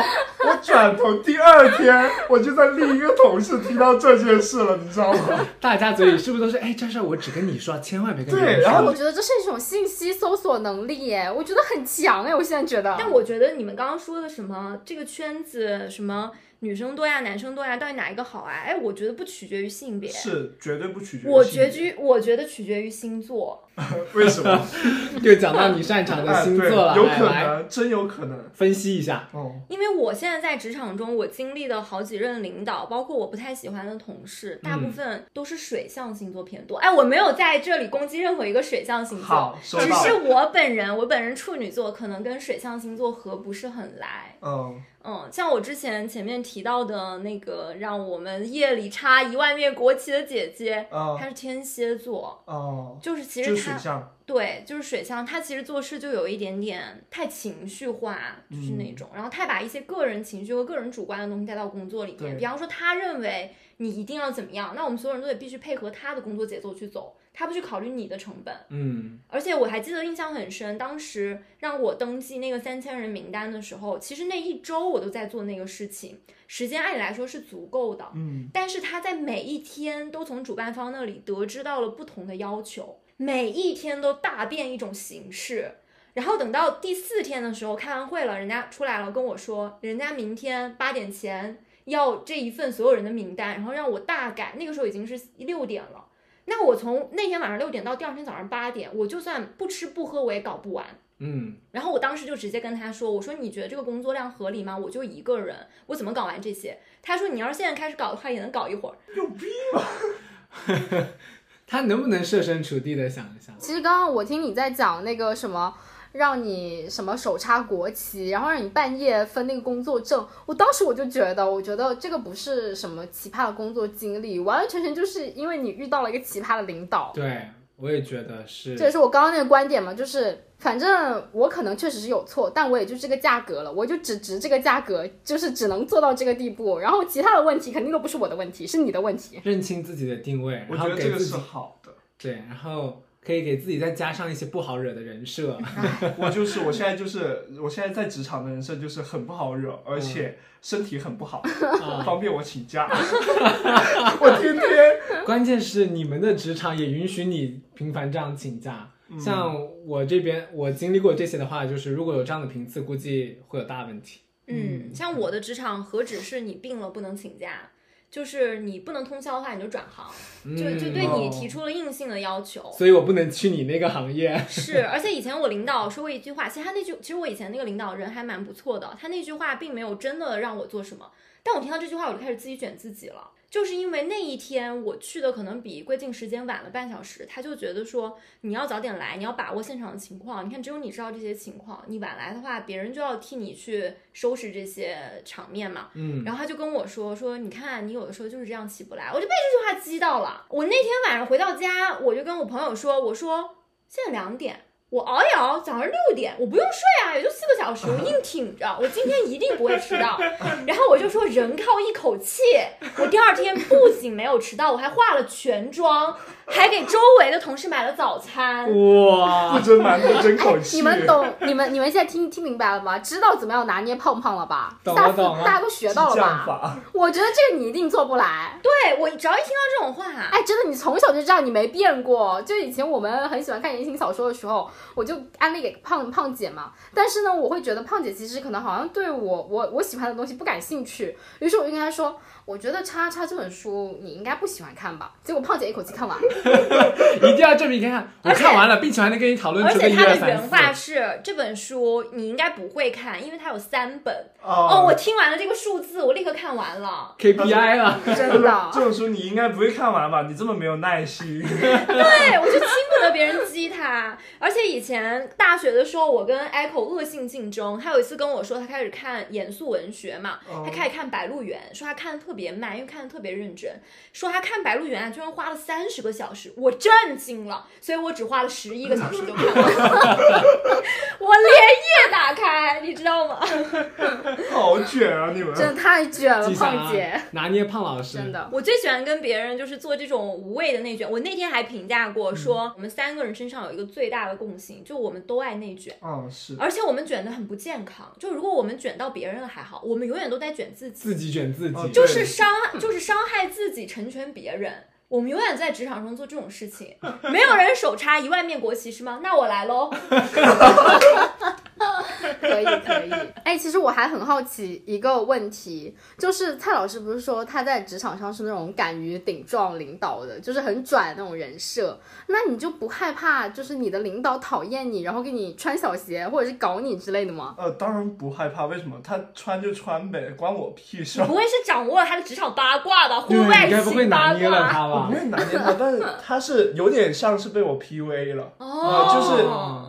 Speaker 4: 我转头第二天，我就在另一个同事听到这件事了，你知道吗？
Speaker 2: 大家嘴里是不是都是哎，这事儿我只跟你说，千万别跟别
Speaker 4: 对
Speaker 2: 人
Speaker 4: 然
Speaker 3: 但
Speaker 4: 后
Speaker 2: 说。
Speaker 3: 我觉得这是一种信息搜索能力耶，我觉得很强哎，我现在觉得。
Speaker 5: 但我觉得你们刚刚说的什么这个圈子什么女生多呀，男生多呀，到底哪一个好啊？哎，我觉得不取决于性别，
Speaker 4: 是绝对不取决于
Speaker 5: 我
Speaker 4: 性
Speaker 5: 觉
Speaker 4: 别
Speaker 5: 居我觉得取决于星座。
Speaker 4: *laughs* 为什
Speaker 2: *laughs*
Speaker 4: 么？
Speaker 2: 又讲到你擅长的
Speaker 4: 哎
Speaker 2: 星
Speaker 4: 对
Speaker 2: 座了，
Speaker 4: 有
Speaker 2: 来
Speaker 4: 可
Speaker 2: 来
Speaker 4: 能，真有可能。
Speaker 2: 分析一下。
Speaker 4: 哦，
Speaker 5: 因为我现在在职场中，我经历的好几任领导，包括我不太喜欢的同事，大
Speaker 4: 嗯
Speaker 5: 部分都是水象星座偏多。哎，我没有在这里攻击任何一个水象星座，
Speaker 4: 好，收
Speaker 5: 只
Speaker 4: 到
Speaker 5: 是
Speaker 4: 了。
Speaker 5: 我本人，我本人处女座，可能跟水象星座合不是很来。
Speaker 4: 嗯，
Speaker 5: 嗯，像我之前前面提到的那个让我们夜里插一万面国旗的姐姐，
Speaker 4: 哦
Speaker 5: 她是天蝎座，
Speaker 4: 哦，
Speaker 5: 就是其
Speaker 4: 就
Speaker 5: 实
Speaker 4: 是水
Speaker 5: 她
Speaker 4: 象，
Speaker 5: 对就是水象，她其实做事就有一点点太情绪化，就是那种，然后太把一些个人情绪和个人主观的东西带到工作里面。
Speaker 4: 对
Speaker 5: 比方说，她认为你一定要怎么样，那我们所有人都得必须配合她的工作节奏去走，她不去考虑你的成本。
Speaker 2: 嗯，
Speaker 5: 而且我还记得印象很深，当时让我登记那个三千人名单的时候，其实那一周我都在做那个事情，时间按理来说是足够的，
Speaker 4: 嗯，
Speaker 5: 但是他在每一天都从主办方那里得知到了不同的要求，每一天都大变一种形式。然后等到第四天的时候开完会了，人家出来了跟我说，人家明天八点前要这一份所有人的名单，然后让我大改。那个时候已经是六点了，那我从那天晚上六点到第二天早上八点，我就算不吃不喝我也搞不完。
Speaker 2: 嗯，
Speaker 5: 然后我当时就直接跟他说：“我说你觉得这个工作量合理吗？我就一个人，我怎么搞完这些？”他说：“你要是现在开始搞的话，也能搞一会儿。
Speaker 2: 他能不能设身处地的想一下？
Speaker 3: 其实刚刚我听你在讲那个什么，让你什么手插国旗，然后让你半夜分那个工作证，我当时我就觉得，我觉得这个不是什么奇葩的工作经历，完完全全就是因为你遇到了一个奇葩的领导。
Speaker 2: 对，我也觉得是。
Speaker 3: 这也是我刚刚那个观点嘛，就是反正我可能确实是有错，但我也就这个价格了，我就只值这个价格，就是只能做到这个地步，然后其他的问题肯定都不是我的问题，是你的问题。
Speaker 2: 认清自己的定位，
Speaker 4: 我
Speaker 2: 然后
Speaker 4: 觉得
Speaker 2: 给
Speaker 4: 这个
Speaker 2: 自
Speaker 4: 是
Speaker 2: 己
Speaker 4: 好的。
Speaker 2: 对，然后可以给自己再加上一些不好惹的人
Speaker 4: *laughs*
Speaker 2: 设。
Speaker 4: 我就是，我现在就是，我现在在职场的人设就是很不好惹，而
Speaker 2: 嗯
Speaker 4: 且身体很不好，
Speaker 2: 啊
Speaker 4: 方便我请假。 *laughs* 我天天，
Speaker 5: *laughs*
Speaker 2: 关键是你们的职场也允许你频繁这样请假。
Speaker 5: 嗯
Speaker 2: 像我这边，我经历过这些的话，就是如果有这样的频次，估计会有大问题。”
Speaker 5: 嗯，像我的职场何止是你病了不能请假，就是你不能通宵的话，你就转行，就就对你提出了硬性的要求。
Speaker 2: 嗯所以我不能去你那个
Speaker 5: *laughs*
Speaker 2: 行业。
Speaker 5: 是，而且以前我领导说过一句话，其实他那句，其实我以前那个领导人还蛮不错的，他那句话并没有真的让我做什么，但我听到这句话我就开始自己卷自己了，就是因为那一天我去的可能比规定时间晚了半小时，他就觉得说你要早点来，你要把握现场的情况，你看只有你知道这些情况，你晚来的话，别人就要替你去收拾这些场面嘛，
Speaker 2: 嗯，
Speaker 5: 然后他就跟我说说，你看你有的时候就是这样起不来，我就被这句话激到了。我那天晚上回到家，我就跟我朋友说，我说现在两点，我熬一熬，早上六点，我不用睡啊，也就四个小时，我硬挺着，我今天一定不会迟到。 *laughs* 然后我就说人靠一口气，我第二天不仅没有迟到，我还化了全妆，还给周围的同事买了早餐。
Speaker 2: 嗯
Speaker 4: 不
Speaker 2: 哇，
Speaker 4: 争馒头争口
Speaker 3: 哎，
Speaker 4: 气。
Speaker 3: 你们懂？你们你们现在听听明白了吧？知道怎么样拿捏胖胖了吧？
Speaker 2: 懂了
Speaker 3: 下次
Speaker 2: 懂了
Speaker 3: 大家都学到了
Speaker 4: 激将
Speaker 3: 吧？
Speaker 4: 法，
Speaker 3: 我觉得这个你一定做不来。
Speaker 5: 对我只要一听到这种话，
Speaker 3: 哎，真的，你从小就这样，你没变过。就以前我们很喜欢看言情小说的时候，我就安利给胖胖姐嘛。但是呢，我会觉得胖姐其实可能好像对我我我喜欢的东西不感兴趣，于是我就跟她说，我觉得《叉叉》这本书你应该不喜欢看吧。结果胖姐一口气看完了。
Speaker 2: 一定要证明给看。我看完了，并且还能跟你讨论
Speaker 5: 而
Speaker 2: 出个 E
Speaker 5: 且
Speaker 2: 一
Speaker 5: 他
Speaker 2: 二
Speaker 5: 的原
Speaker 2: 三
Speaker 5: 话
Speaker 2: 四。
Speaker 5: 是这本书你应该不会看，因为它有三本。
Speaker 4: 哦
Speaker 5: 哦，我听完了这个数字，我立刻看完了。
Speaker 2: KPI 了，
Speaker 3: 真的
Speaker 4: 啊这种书你应该不会看完吧？你这么没有耐心。
Speaker 5: 对，我就听不得别人激他。而且以前大学的时候，我跟 Echo 恶性竞争。他有一次跟我说，他开始看严肃文学嘛，他开始看《白鹿原》，说他看的特别慢，因为看的特别认真。说他看《白鹿原》啊，居然花了三十个小时，我震惊了，所以我只花了十一个小时就看完了， *laughs* 我连夜打开，你知道吗？
Speaker 4: *laughs* 好卷啊你们！
Speaker 3: 真的太卷了，
Speaker 2: 记下
Speaker 3: 胖
Speaker 2: 啊
Speaker 3: 姐，，
Speaker 2: 拿捏胖老师，
Speaker 3: 真的。
Speaker 5: 我最喜欢跟别人就是做这种无谓的内卷。我那天还评价过
Speaker 2: 嗯
Speaker 5: 说，我们三个人身上有一个最大的共性，就我们都爱内卷。
Speaker 4: 嗯，是
Speaker 5: 而且我们卷得很不健康，就如果我们卷到别人了还好，我们永远都在卷自己，
Speaker 2: 自己卷自己，
Speaker 4: 哦
Speaker 5: 就
Speaker 4: 对
Speaker 5: 是
Speaker 2: *laughs*
Speaker 5: 伤害，就是伤害自己，成全别人。我们永远在职场中做这种事情，没有人手插一万面国旗是吗？那我来
Speaker 2: *laughs*
Speaker 5: 喽。
Speaker 3: 可以可以。哎，其实我还很好奇一个问题，就是蔡老师不是说他在职场上是那种敢于顶撞领导的，就是很拽那种人设，那你就不害怕就是你的领导讨厌你，然后给你穿小鞋或者是搞你之类的
Speaker 4: *laughs*
Speaker 3: 吗？
Speaker 4: 呃，当然不害怕，为什么？他穿就穿呗，关我屁事
Speaker 5: 你
Speaker 4: 儿。
Speaker 5: 不会是掌握了他的职场八卦吧？
Speaker 2: 对，
Speaker 5: 婚外
Speaker 2: 你该不会
Speaker 5: 情八
Speaker 2: 拿捏了
Speaker 5: 卦？
Speaker 2: 他
Speaker 4: 我
Speaker 2: 吧
Speaker 4: 不？会拿捏他，但是他是有点像是被我 PUA 了，
Speaker 5: 哦，
Speaker 2: 啊
Speaker 4: 就是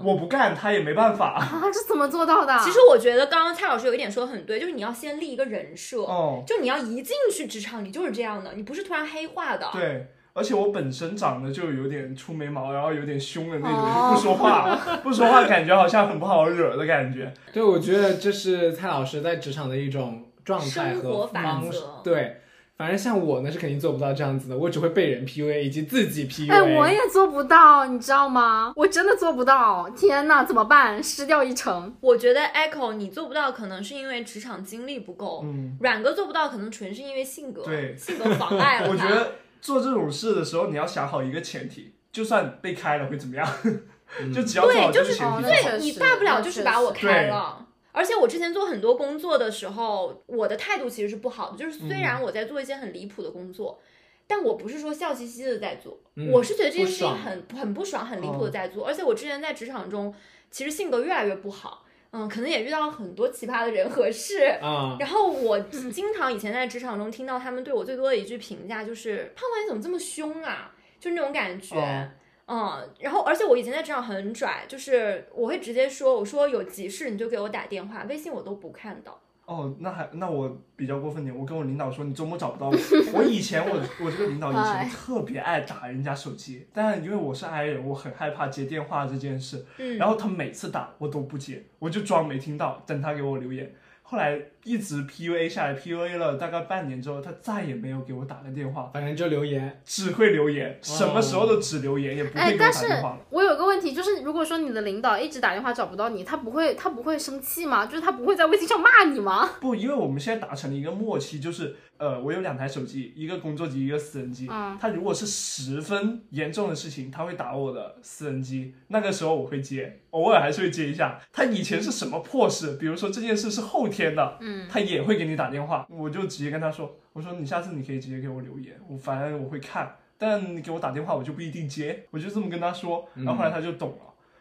Speaker 4: 我不干他也没办法。
Speaker 3: 啊，这怎么做到的啊？
Speaker 5: 其实我觉得刚刚蔡老师有一点说的很对，就是你要先立一个人设，
Speaker 4: 哦，
Speaker 5: 就你要一进去职场，你就是这样的，你不是突然黑化的。
Speaker 4: 对，而且我本身长得就有点粗眉毛，然后有点凶的那种，
Speaker 3: 哦
Speaker 4: 不说话，不说话感觉好像很不好惹的感觉。
Speaker 2: 对，我觉得这是蔡老师在职场的一种状态
Speaker 5: 生活
Speaker 2: 和
Speaker 5: 法
Speaker 2: 方式
Speaker 5: 则。
Speaker 2: 对，反正像我呢是肯定做不到这样子的，我只会被人 PUA 以及自己 PUA。
Speaker 3: 哎，我也做不到，你知道吗？我真的做不到，天哪，怎么办？失掉一成。
Speaker 5: 我觉得 Echo 你做不到，可能是因为职场经历不够；
Speaker 4: 嗯，
Speaker 5: 阮哥做不到，可能纯是因为性格，
Speaker 4: 对
Speaker 5: 性格妨碍了他。
Speaker 4: *laughs* 我觉得做这种事的时候，你要想好一个前提，就算被开了会怎么样？ *laughs* 就只要做
Speaker 5: 对
Speaker 4: 好这
Speaker 5: 就
Speaker 4: 个
Speaker 5: 是
Speaker 4: 前
Speaker 3: 对
Speaker 4: 提就好。
Speaker 3: 确
Speaker 5: 你
Speaker 3: 实
Speaker 5: 大不了
Speaker 3: 哦那
Speaker 5: 就是
Speaker 3: 确
Speaker 5: 把我
Speaker 3: 实
Speaker 5: 开
Speaker 4: 对
Speaker 5: 了。而且我之前做很多工作的时候，我的态度其实是不好的，就是虽然我在做一些很离谱的工作，但我不是说笑嘻嘻的在做，
Speaker 2: 嗯
Speaker 5: 我是觉得这件
Speaker 2: 不
Speaker 5: 事情
Speaker 2: 爽
Speaker 5: 很很不爽、很离谱的在做。而且我之前在职场中，其实性格越来越不好，嗯，可能也遇到了很多奇葩的人和事，
Speaker 2: 啊，
Speaker 5: 然后我经常以前在职场中听到他们对我最多的一句评价就是：“胖胖你怎么这么凶啊？”就那种感觉。
Speaker 4: 哦
Speaker 5: 嗯，然后而且我以前在职场很拽，就是我会直接说：“我说有急事你就给我打电话，微信我都不看的。
Speaker 4: 哦，那还那我比较过分点，我跟我领导说你周末找不到我。我以前我我这个领导以
Speaker 3: 哎
Speaker 4: 前特别爱打人家手机，但因为我是 I 人，我很害怕接电话这件事。”
Speaker 5: 嗯，
Speaker 4: 然后他每次打我都不接，我就装没听到，等他给我留言。后来一直 PUA 下来，PUA 了大概半年之后，他再也没有给我打个电话，
Speaker 2: 反正就留言，
Speaker 4: 只会留言，什么时候都只留言，也不
Speaker 3: 哎
Speaker 4: 会，给我
Speaker 3: 但
Speaker 4: 打
Speaker 3: 是
Speaker 4: 电话了。
Speaker 3: 我有个问题，就是如果说你的领导一直打电话找不到你，他不会他不会生气吗？就是他不会在微信上骂你吗？
Speaker 4: 不，因为我们现在达成了一个默契，就是呃，我有两台手机，一个工作机，一个私人机。
Speaker 3: 嗯
Speaker 4: 他如果是十分严重的事情，他会打我的私人机，那个时候我会接，偶尔还是会接一下。他以前是什么破事，比如说这件事是后天的，嗯，他也会给你打电话，我就直接跟他说，我说你下次你可以直接给我留言，我反正我会看，但你给我打电话我就不一定接，我就这么跟他说，然后后来他就懂了。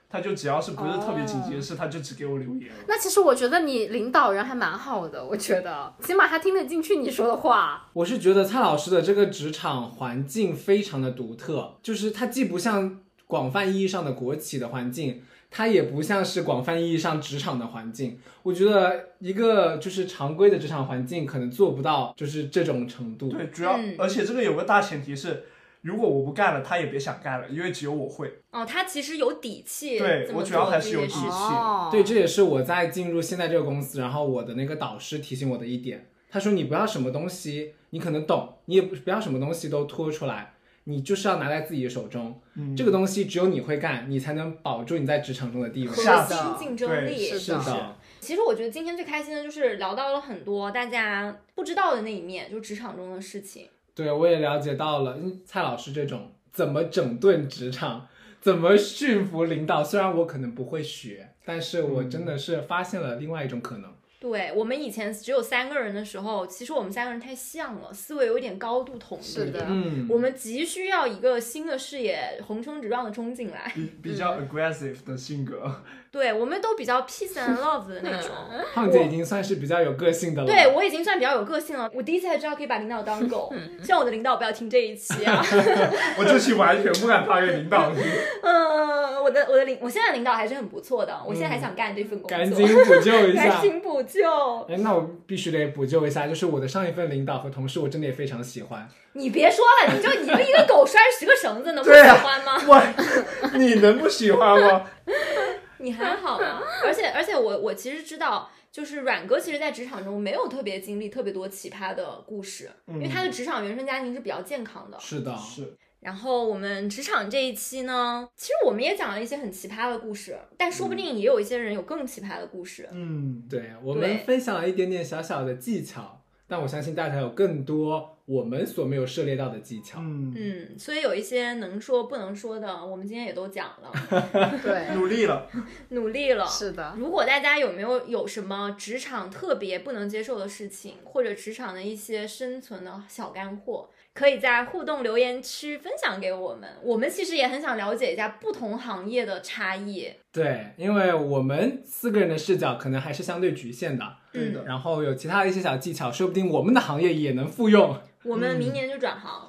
Speaker 4: 他就只要是不是特别紧
Speaker 3: 哦
Speaker 4: 急的事，他就只给我留言。
Speaker 3: 那其实我觉得你领导人还蛮好的，我觉得起码他听得进去你说的话。
Speaker 2: 我是觉得蔡老师的这个职场环境非常的独特，就是它既不像广泛意义上的国企的环境，它也不像是广泛意义上职场的环境。我觉得一个就是常规的职场环境可能做不到就是这种程度。
Speaker 4: 对，主要、
Speaker 5: 嗯
Speaker 4: 而且这个有个大前提是，如果我不干了，他也别想干了，因为只有我会。
Speaker 5: 哦，他其实有底气，
Speaker 4: 对我主要还是有
Speaker 5: 这
Speaker 4: 底
Speaker 5: 件事
Speaker 4: 气
Speaker 5: 情。
Speaker 3: 哦，
Speaker 2: 对，这也是我在进入现在这个公司，然后我的那个导师提醒我的一点。他说：“你不要什么东西，你可能懂，你也不不要什么东西都拖出来，你就是要拿在自己手中。这个东西只有你会干，你才能保住你在职场中的地位。
Speaker 5: 核
Speaker 4: 下
Speaker 5: 心
Speaker 3: 的
Speaker 5: 竞争
Speaker 4: 对
Speaker 5: 力
Speaker 3: 是
Speaker 2: 是的，
Speaker 5: 其实我觉得今天最开心的就是聊到了很多大家不知道的那一面，就职场中的事情。
Speaker 2: 对我也了解到了，嗯蔡老师这种怎么整顿职场，怎么驯服领导。虽然我可能不会学，但是我真的是发现了另外一种可能。
Speaker 5: 对我们以前只有三个人的时候，其实我们三个人太像了，思维有一点高度统一。
Speaker 3: 是的
Speaker 2: 嗯，
Speaker 5: 我们急需要一个新的视野，横冲直撞的冲进来。嗯
Speaker 4: 比比较 aggressive 的性格，
Speaker 5: 对，我们都比较 peace and love 的那种。
Speaker 2: 胖姐已经算是比较有个性的
Speaker 5: *laughs*
Speaker 2: 了。
Speaker 5: 对我已经算比较有个性了。我第一次才知道可以把领导当狗，希望我的领导不要听这一期啊。
Speaker 4: 我这期完全不敢发给领导听。
Speaker 5: *laughs* 嗯，我的我的领，我现在领导还是很不错的，我现在还想干这份工作。
Speaker 2: 赶紧补救一
Speaker 5: *laughs* 赶
Speaker 2: 下。
Speaker 5: 紧补救！
Speaker 2: 哎，那我必须得补救一下，就是我的上一份领导和同事，我真的也非常喜欢。
Speaker 5: 你别说了，你就你就一个狗拴十个绳子，能不
Speaker 4: 对
Speaker 5: 喜
Speaker 4: 啊
Speaker 5: 欢吗？
Speaker 4: 我，你能不喜欢吗？
Speaker 5: 你还好啊吗？而且而且我我其实知道，就是阮哥其实，在职场中没有特别经历特别多奇葩的故事，因为他的职场原生家庭是比较健康的。
Speaker 2: 是的，
Speaker 4: 嗯是，
Speaker 5: 然后我们职场这一期呢，其实我们也讲了一些很奇葩的故事，但说不定也有一些人有更奇葩的故事。
Speaker 4: 嗯，
Speaker 2: 对我
Speaker 5: 对
Speaker 2: 们分享了一点点小小的技巧，但我相信大家有更多我们所没有涉猎到的技巧。
Speaker 4: 嗯，
Speaker 5: 嗯，所以有一些能说不能说的，我们今天也都讲了，嗯
Speaker 3: 对，
Speaker 4: 努力了，
Speaker 5: 努力了。
Speaker 3: 是的，
Speaker 5: 如果大家有没有有什么职场特别不能接受的事情，或者职场的一些生存的小干货，可以在互动留言区分享给我们。我们其实也很想了解一下不同行业的差异。
Speaker 2: 对，因为我们四个人的视角可能还是相对局限的，
Speaker 5: 嗯
Speaker 4: 对的，
Speaker 2: 然后有其他的一些小技巧，说不定我们的行业也能复用。
Speaker 5: 我们明年就转行，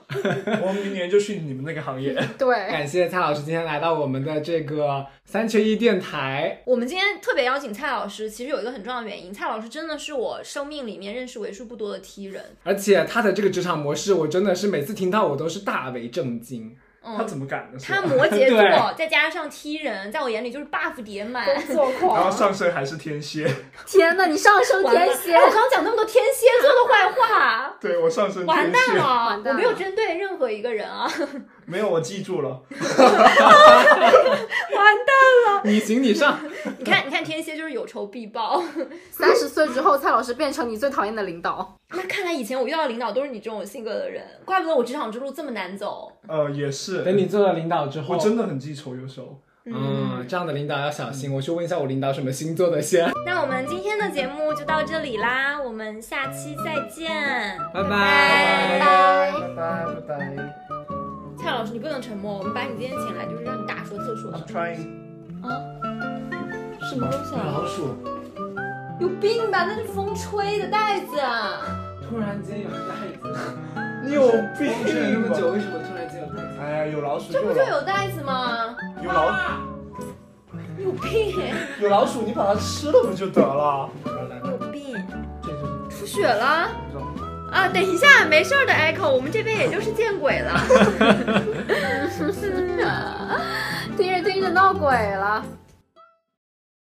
Speaker 4: 我明年就去你们那个行业。
Speaker 5: 嗯
Speaker 3: 对，
Speaker 2: 感谢蔡老师今天来到我们的这个三缺一电台，
Speaker 5: 我们今天特别邀请蔡老师，其实有一个很重要的原因，蔡老师真的是我生命里面认识为数不多的 T 人。
Speaker 2: 而且他的这个职场模式，我真的是每次听到我都是大为震惊。
Speaker 4: 他
Speaker 5: 嗯，
Speaker 4: 怎么敢的？是吧
Speaker 5: 他摩羯座
Speaker 2: 对
Speaker 5: 再加上 T 人，在我眼里就是 buff 叠满。
Speaker 3: 工作
Speaker 4: 然后
Speaker 3: 狂，
Speaker 4: 上身还是天蝎，
Speaker 3: 天呐，你上升
Speaker 5: 完了
Speaker 3: 天蝎
Speaker 5: 哎，我刚讲那么多天蝎座的坏话。
Speaker 4: 对我上身
Speaker 5: 完
Speaker 4: 天
Speaker 5: 蛋
Speaker 4: 蝎，
Speaker 5: 了，
Speaker 3: 完蛋了
Speaker 5: 我没有针对任何一个人啊！ *laughs*
Speaker 4: 没有我记住了，
Speaker 2: 你行你上，
Speaker 5: 你看，你看天蝎就是有仇必报。 *laughs*
Speaker 3: 三十岁之后，蔡老师变成你最讨厌的领导。
Speaker 5: 那看来以前我遇到的领导都是你这种性格的人，怪不得我职场之路这么难走。
Speaker 4: 呃，也是。
Speaker 2: *laughs* 等你做了领导之后，
Speaker 4: 我真的很记仇，有时候。
Speaker 2: 嗯，这样的领导要小心。我去问一下我领导什么星座的先，
Speaker 5: 那我们今天的节目就到这里啦，我们下期再见。
Speaker 2: 拜拜
Speaker 5: 拜
Speaker 3: 拜
Speaker 4: 拜拜拜拜
Speaker 5: 蔡老师，你不能沉默，我们把你今天请来就是让你大说特说的
Speaker 4: ，I'm trying。
Speaker 5: 啊！什么东西啊？
Speaker 4: 老鼠，
Speaker 5: 有病吧？那是风吹的袋子啊。
Speaker 2: 突然间有袋 *laughs* 子，
Speaker 4: 你有病吧？
Speaker 2: 为什么突然间有袋子？
Speaker 4: 哎呀，有老鼠
Speaker 5: 这不
Speaker 4: 就有
Speaker 5: 就
Speaker 4: 老
Speaker 5: 有袋子吗？
Speaker 4: 有老
Speaker 5: 你有病哎！
Speaker 4: 有老鼠，你把它吃了不就得了？
Speaker 5: 你有病！
Speaker 4: 这就是
Speaker 5: 出血了
Speaker 4: 不知道。
Speaker 5: 啊！等一下，没事儿的，Echo，我们这边也就是见鬼了。
Speaker 3: 听着听着闹鬼了。